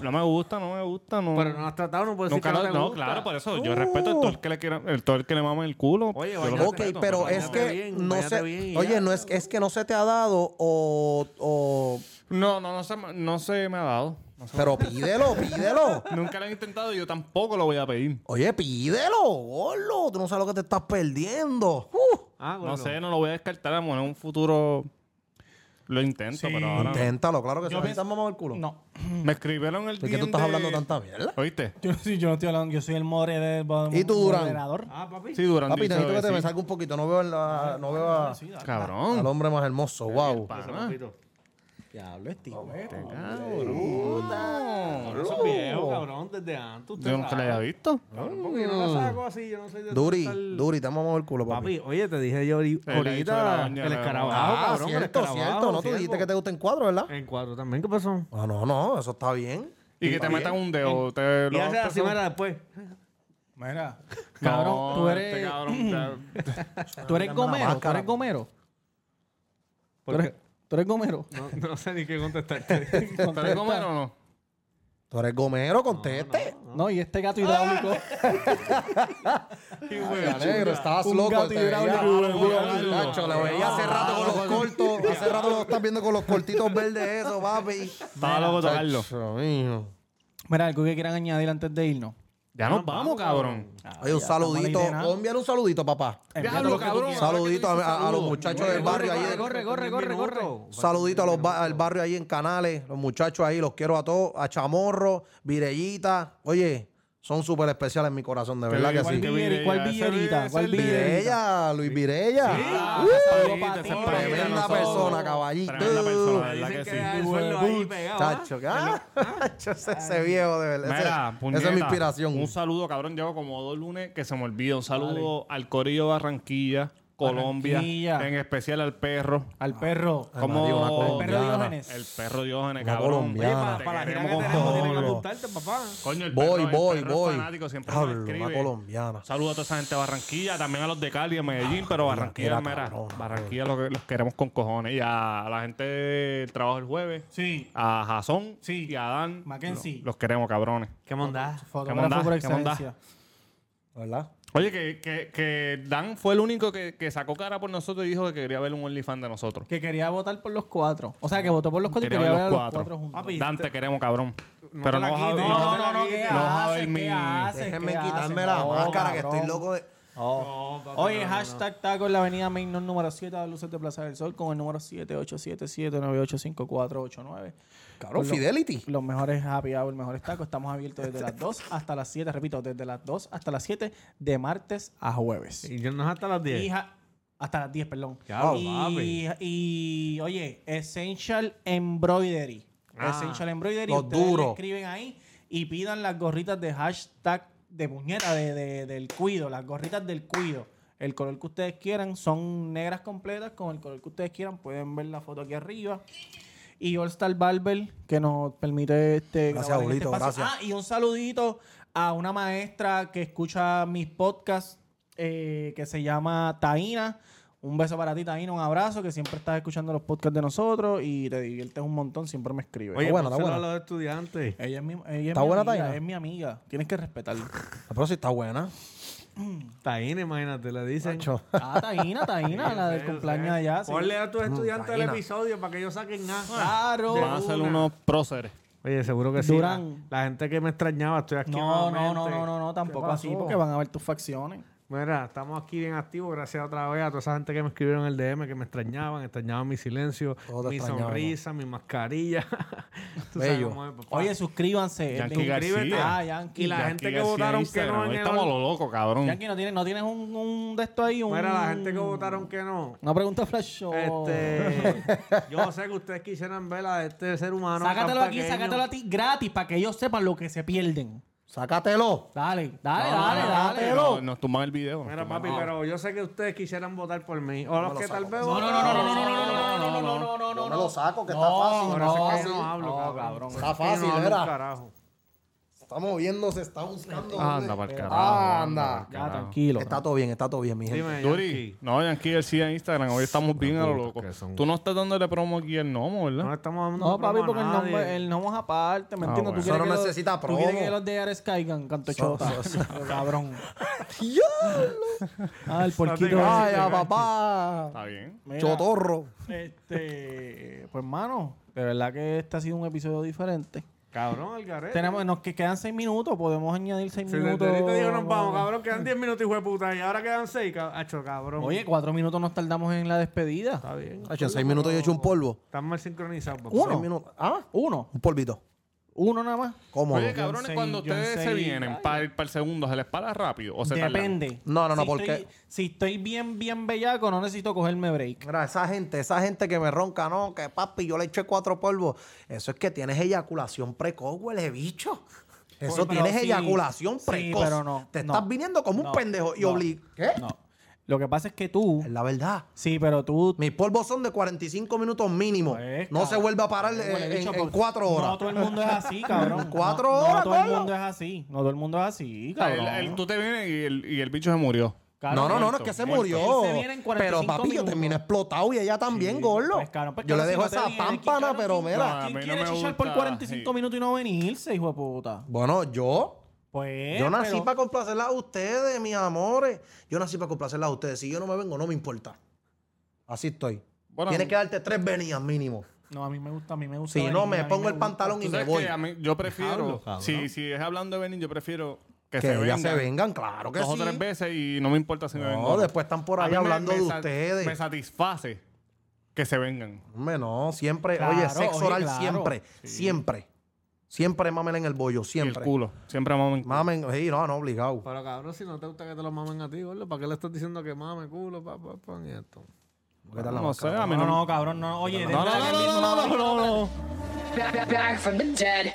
S3: No me gusta, no me gusta, no.
S6: Pero no has tratado, no puedes
S3: Nunca
S6: decir
S3: lo-
S6: que no te
S3: no,
S6: gusta.
S3: claro, pues, por eso yo respeto el todo el que le quiera, el todo el que le mame el culo.
S6: Oye,
S3: Yo lo
S6: bañate.
S7: Ok,
S3: respeto,
S7: pero
S3: no,
S7: es
S3: no.
S7: que
S6: bien,
S7: no
S6: bañate
S7: se.
S6: bien y
S7: oye,
S6: ya.
S7: no es, es que no se te ha dado o. o-
S3: no, no, no se, me- no se me ha dado. No se me-
S7: pero pídelo, pídelo.
S3: Nunca lo he intentado y yo tampoco lo voy a pedir.
S7: Oye, pídelo, gordo. Tú no sabes lo que te estás perdiendo. Uh,
S6: Ah, bueno.
S3: No sé, no lo voy a descartar. A lo mejor en un futuro lo intento, pero ahora. no.
S7: inténtalo, claro que sí.
S4: Yo
S7: ¿Te has mamado el culo?
S4: No.
S3: Me escribieron el
S7: ¿De qué tú
S3: DM
S7: estás
S3: de-
S7: hablando tanta mierda?
S3: ¿Oíste?
S4: Yo, sí, yo no estoy hablando, yo soy el moderador.
S7: ¿Y tú, Durán?
S4: moderador.
S6: Ah, papi.
S3: Sí, durante
S7: Papi, necesito que te me
S3: sí.
S7: salga un poquito. No veo, en la- no veo a-
S4: Sí, dale.
S7: al
S3: Cabrón.
S7: hombre más hermoso. Wow.
S6: Ese
S3: Pana.
S6: papito.
S4: Diablo, este hijo de puta.
S6: Cabrón, esos videos, cabrón, desde antes. usted
S3: Yo nunca la
S6: sabe.
S3: había visto.
S6: Cabrón, porque yo no la saco así, yo no soy de
S7: Duri,
S6: estar-
S7: Duri, te has mamado el culo, papi.
S6: Papi, oye, te dije yo ori-
S3: El hecho de la
S6: ahorita
S3: doña,
S6: el
S3: la-
S6: escarabajo,
S7: Ah,
S6: cabrón. el
S7: cierto,
S6: escarabajo,
S7: cierto. No, tú
S6: siervo.
S7: dijiste que te gusta en cuadro, ¿verdad?
S6: En cuadro también, ¿qué pasó?
S7: No, no, no. Eso está bien.
S3: Y que te metan un dedo. Te
S6: Y
S3: lo
S6: hace así, mira, después.
S4: Mira,
S3: No,
S4: cabrón, tú
S3: este
S4: eres,
S3: cabrón, te-
S4: tú eres gomero, tú eres gomero. ¿Tú eres, tú eres gomero.
S6: No, no sé ni qué contestarte.
S3: ¿Tú eres comer o no?
S7: Tú eres gomero, conteste.
S4: No, y este gato hidráulico.
S7: Ah, Negro, estabas
S4: Un
S7: loco.
S4: gato
S7: te veía.
S4: hidráulico,
S7: Ah,
S3: boludo.
S7: Nacho, lo veía hace rato con los cortos. Hace rato lo estás viendo con los cortitos verdes, eso, papi.
S3: Estaba loco tocarlo.
S7: Nacho, mijo.
S4: Mira, algo que quieran añadir antes de irnos.
S3: Ya nos vamos, cabrón.
S7: Oye, un saludito. Envíale un saludito, papá.
S3: Envíalo, Diablo, cabrón.
S7: Un Saludito a, a- a los muchachos del barrio ahí.
S12: Corre, corre, corre, corre.
S7: Un Saludito a los ba- al barrio ahí en Canales. Los muchachos ahí, los quiero a todos. A Chamorro, Virellita. Oye, son súper especiales en mi corazón, de
S3: Que
S7: verdad que
S3: igual
S7: sí.
S3: que Virella,
S4: ¿Cuál
S3: ese
S4: Villerita?
S3: es
S4: ¿Cuál
S3: el de-
S7: Virella, Luis Virella.
S3: Ah,
S7: Uh,
S3: ese es Pablito, ese es Pablito,
S7: tremenda
S3: nosotros.
S7: persona, caballito.
S3: Tremenda persona, de verdad que sí.
S7: Chacho, que- ah, chacho, ese- ese viejo, de verdad. Ese-
S3: Mira,
S7: esa es
S3: puñeta,
S7: mi inspiración.
S3: Un saludo, cabrón. Llevo como dos lunes que se me olvida. Un saludo al Corillo Barranquilla, Colombia.
S4: Barranquilla.
S3: En especial al perro.
S4: Al perro.
S3: Como
S7: María, una
S3: el
S7: colombiana.
S3: perro Diógenes. El perro Diógenes,
S7: Una
S3: cabrón.
S7: colombiana.
S3: Te
S7: Oye, para- para la gira
S3: queremos
S7: que
S3: con
S7: tenemos, tiene que
S3: todo.
S12: apuntarte, papá.
S3: Coño, el
S7: Voy,
S3: perro, el
S7: voy,
S3: perro es
S7: voy.
S3: fanático, siempre
S7: Hablo,
S3: nos escribe.
S7: una colombiana.
S3: Saludo a toda esa gente de Barranquilla, también a los de Cali, a Medellín, pero Barranquilla, mira, Barranquilla lo que- los queremos con cojones. Y a la gente del trabajo el jueves,
S4: Sí.
S3: a Jason y a Dan.
S4: Mackenzie.
S3: lo- Los queremos, cabrones.
S6: ¿Qué mondá?
S4: Fotógrafo por
S3: ¿Qué mondá?
S4: excelencia.
S7: ¿Verdad?
S3: Oye, que, que, que Dan fue el único que, que sacó cara por nosotros y dijo que quería ver un OnlyFans de nosotros.
S4: Que quería votar por los cuatro. O sea, que votó por los cuatro y quería ver a los cuatro juntos.
S12: Papi,
S3: Dan, te queremos, cabrón.
S6: no
S3: pero
S6: te la
S3: no vas a
S6: quites,
S3: ver. No,
S6: no te
S3: no,
S6: la
S3: no,
S6: quites.
S3: que
S6: No
S3: no
S6: vas
S3: vas a ver mi.
S7: Déjenme quitarme la máscara, que estoy loco de.
S3: Oh,
S4: Oye, hashtag taco en la avenida Main North número 7 a luces de Plaza del Sol con el número 787-798-5489.
S7: Cabrón,
S4: Con los-
S7: Fidelity.
S4: Los mejores happy hour, mejores tacos. Estamos abiertos desde las 2 hasta las 7. Repito, desde las 2 hasta las 7 de martes a jueves.
S6: Y yo no es hasta las 10.
S4: Y ja- hasta las 10, perdón.
S6: Claro,
S4: y,
S6: papi.
S4: y, oye, Essential Embroidery.
S6: Ah,
S4: Essential Embroidery.
S7: los
S4: Ustedes le
S7: duros.
S4: escriben ahí y pidan las gorritas de hashtag de puñeta de, de- del cuido. Las gorritas del cuido. El color que ustedes quieran. Son negras completas con el color que ustedes quieran. Pueden ver la foto aquí arriba. Y All Star Barber, que nos permite este.
S7: Gracias,
S4: grabar en
S7: Julito,
S4: espacio.
S7: gracias.
S4: Ah, y un saludito a una maestra que escucha mis podcasts, eh, que se llama Taina. Un beso para ti, Taina. Un abrazo, que siempre estás escuchando los podcasts de nosotros y te diviertes un montón. Siempre me escribes. Oh,
S6: Oye,
S7: Está buena,
S6: bueno,
S7: está buena.
S6: a los estudiantes.
S4: pues, Ella es mi, ella es
S7: ¿Está
S4: mi
S7: buena,
S4: amiga,
S7: Taina?
S4: Es mi amiga. Tienes que respetarla.
S7: Pero sí está buena.
S6: Taína, imagínate, le dicen.
S4: Ah, Taina, Taina, la del
S6: Sí,
S4: cumpleaños
S6: sí.
S4: allá. sí.
S6: Ponle a tus estudiantes el
S7: Taína.
S6: episodio para que ellos saquen nada. Ah.
S4: Claro.
S3: Van a ser unos próceres.
S6: Oye, seguro que sí.
S4: Durán.
S6: La, la gente que me extrañaba, estoy aquí.
S4: No, no,
S6: nuevamente.
S4: no, no, no, no,
S6: ¿Qué
S4: tampoco así,
S6: pasó?
S4: porque van a ver tus facciones.
S6: Mira, estamos aquí bien activos. Gracias otra vez a toda esa gente que me escribieron en el DM, que me extrañaban, extrañaban mi silencio,
S7: Todos te
S6: mi
S7: extrañaban.
S6: sonrisa, mi mascarilla. Tú sabes
S7: Bello.
S6: cómo es, papá.
S4: Oye, suscríbanse.
S3: Yankee
S4: pues, Suscríbete.
S3: García.
S4: Ah, Yankee.
S6: Y la
S3: Yankee
S6: gente que
S3: García
S6: votaron que
S3: Instagram.
S6: no en
S3: Hoy
S6: el
S3: Estamos a
S6: ol-
S3: lo loco, cabrón.
S4: Yankee, ¿no tienes, no tienes un, un de esto ahí? Un,
S6: Mira, la gente que votaron que no.
S4: Una pregunta flash show.
S6: Este, yo sé que ustedes quisieran ver a este ser humano. tan
S4: sácatelo aquí,
S6: pequeño.
S4: sácatelo a ti gratis para que ellos sepan lo que se pierden.
S7: Sácatelo.
S4: Dale, dale,
S6: No,
S4: dale,
S6: no,
S4: dale.
S3: Pero
S4: No,
S3: nos tumban el video. nos
S6: Mira,
S3: tumban
S6: papi,
S3: el video.
S6: pero yo sé que ustedes quisieran votar por mí. O los que tal vez.
S4: no, no, no, no, no, no, no, no, no, no, no,
S7: No
S4: no, no,
S7: me
S4: no.
S7: lo saco, que
S4: No,
S7: está
S6: Por eso es
S7: fácil.
S6: que yo no hablo,
S4: no,
S6: cabrón.
S4: cabrón.
S7: Está
S6: Es que yo no
S7: fácil,
S6: hablo un
S7: ¿verdad?
S6: carajo.
S7: Está moviendo, se está buscando.
S3: Anda,
S7: dónde.
S3: para carajo.
S7: anda.
S3: pa'l
S4: Ya,
S3: carajo.
S4: Ah, tranquilo.
S7: Está todo bien, está todo bien, mi gente.
S6: Dime,
S3: Yuri,
S6: Yuri.
S3: no, Yankee García en Instagram. Hoy estamos bien a lo loco.
S6: que son.
S3: Tú no estás dándole promo aquí al Nomo, ¿verdad?
S6: No estamos dando
S4: No, papi,
S6: promo a
S4: porque el
S6: nadie.
S4: nombre, el nombre es aparte, ¿me
S3: Ah,
S4: entiendes?
S3: bueno.
S4: Tú quieres
S7: Eso no
S4: que los-
S7: necesita
S4: Tú quieres
S7: promo.
S4: que los de Ares caigan, canto chota. Cabrón. Ah, el porquito.
S7: Vaya, papá.
S3: Está bien.
S4: Mira,
S7: Chotorro.
S4: Este, pues, mano, de verdad que este ha sido un episodio diferente.
S6: Cabrón, al garete.
S4: Tenemos, nos que quedan seis minutos, podemos añadir seis
S6: Si el
S4: minutos.
S6: delito dijo nos vamos, cabrón, quedan 10 minutos, hijo de puta, y ahora quedan 6, cabrón.
S4: Oye, cuatro minutos nos tardamos en la despedida.
S6: está bien.
S7: Hacho, en seis minutos yo he hecho un polvo.
S6: Están mal sincronizados. papá.
S7: Seis minutos. ¿Ah?
S4: Uno,
S7: Un polvito.
S4: uno nada más.
S7: ¿Cómo?
S3: Oye, cabrones,
S4: John
S3: cuando
S4: Say- John
S3: ustedes se
S4: Say-
S3: vienen
S4: Ay.
S3: para el, para el segundo, ¿se les para rápido o se tardan?
S4: Depende.
S7: No, no, no,
S4: Si
S7: porque-
S4: estoy- si estoy bien, bien bellaco, no necesito cogerme break.
S7: Mira, esa gente, esa gente que me ronca, no, que papi, yo le eché cuatro polvos. Eso es que tienes eyaculación precoz, huele bicho. Eso
S4: Pero
S7: tienes
S4: sí,
S7: eyaculación
S4: sí,
S7: precoz.
S4: pero no,
S7: Te
S4: no,
S7: estás viniendo como
S4: no,
S7: un pendejo y
S4: no,
S7: obli- ¿Qué?
S4: No. Lo que pasa es que tú.
S7: Es la verdad.
S4: Sí, pero tú.
S7: Mis polvos son de 45 minutos mínimo.
S4: Pues,
S7: no se
S4: cabrón.
S7: vuelve a parar en,
S4: Huele bicho,
S7: en
S4: pues,
S7: cuatro
S4: No
S7: horas.
S4: todo el mundo es así, cabrón.
S7: Cuatro
S4: No-
S7: horas,
S4: No todo el
S7: cabrón.
S4: mundo es así. No todo el mundo es así,
S3: O sea,
S4: cabrón.
S3: el- el- tú te vienes y el, y el bicho se murió.
S4: Cabrón,
S7: No, no, no, no, es
S3: Muerto,
S7: que se
S3: muerto.
S7: murió.
S4: Él se viene en 45
S7: Pero papi, yo
S4: minutos.
S7: terminé explotado y ella también, gordo.
S4: Pues, cabrón, pues,
S7: yo le
S4: cabrón,
S7: dejo
S4: si no te
S7: esa
S4: viene, ¿quién,
S7: pámpana,
S4: cabrón,
S7: pero
S4: quién-
S7: mira.
S3: a
S4: ¿Quién
S3: mí no
S4: quiere
S3: me
S4: chichar por
S3: gusta,
S4: 45
S3: sí.
S4: minutos y no venirse, hijo de puta?
S7: Bueno, yo.
S4: Pues.
S7: Yo nací
S4: pero-
S7: para complacerla a ustedes, mis amores. Yo nací para complacerla a ustedes. Si yo no me vengo, no me importa. Así estoy.
S3: Bueno,
S7: Tienes que darte tres venidas mínimo.
S4: No, a mí me gusta, a mí me gusta.
S7: Si no,
S4: venir, a
S7: me
S4: mí
S7: pongo el
S4: gusta.
S7: pantalón y
S3: Tú
S7: me
S3: sabes
S7: voy.
S3: que a mí- yo prefiero,
S6: Diablo, cabrón.
S3: si, si es hablando de Benin, yo prefiero Que,
S7: Que
S3: se
S7: ellas
S3: vengan.
S7: se vengan, claro que
S3: Dos
S7: sí.
S3: o tres veces y no me importa si me
S7: No,
S3: vengan. o
S7: después están por
S3: A
S7: ahí
S3: mí me-
S7: hablando
S3: me
S7: de
S3: sa-
S7: ustedes.
S3: Me satisface que se vengan.
S7: Hombre, no, siempre.
S3: Claro,
S7: oye, sexo
S3: oye,
S7: oral
S3: claro.
S7: siempre,
S3: Sí.
S7: siempre. Siempre mamen en el bollo, siempre.
S3: el culo. Siempre mamen.
S7: Mamen, sí, no, no, obligado.
S6: Pero cabrón, si no te gusta que te lo mamen a ti, gordo, ¿para qué le estás diciendo que mame culo, pa, pa, pa, y esto?
S7: ¿Qué tal la
S3: No sé,
S7: máscara?
S3: a mí
S7: No,
S3: no,
S7: no,
S4: cabrón, no. Oye,
S7: No, no, no, no,
S3: no, no, no, no.
S9: Back, back, back from the dead.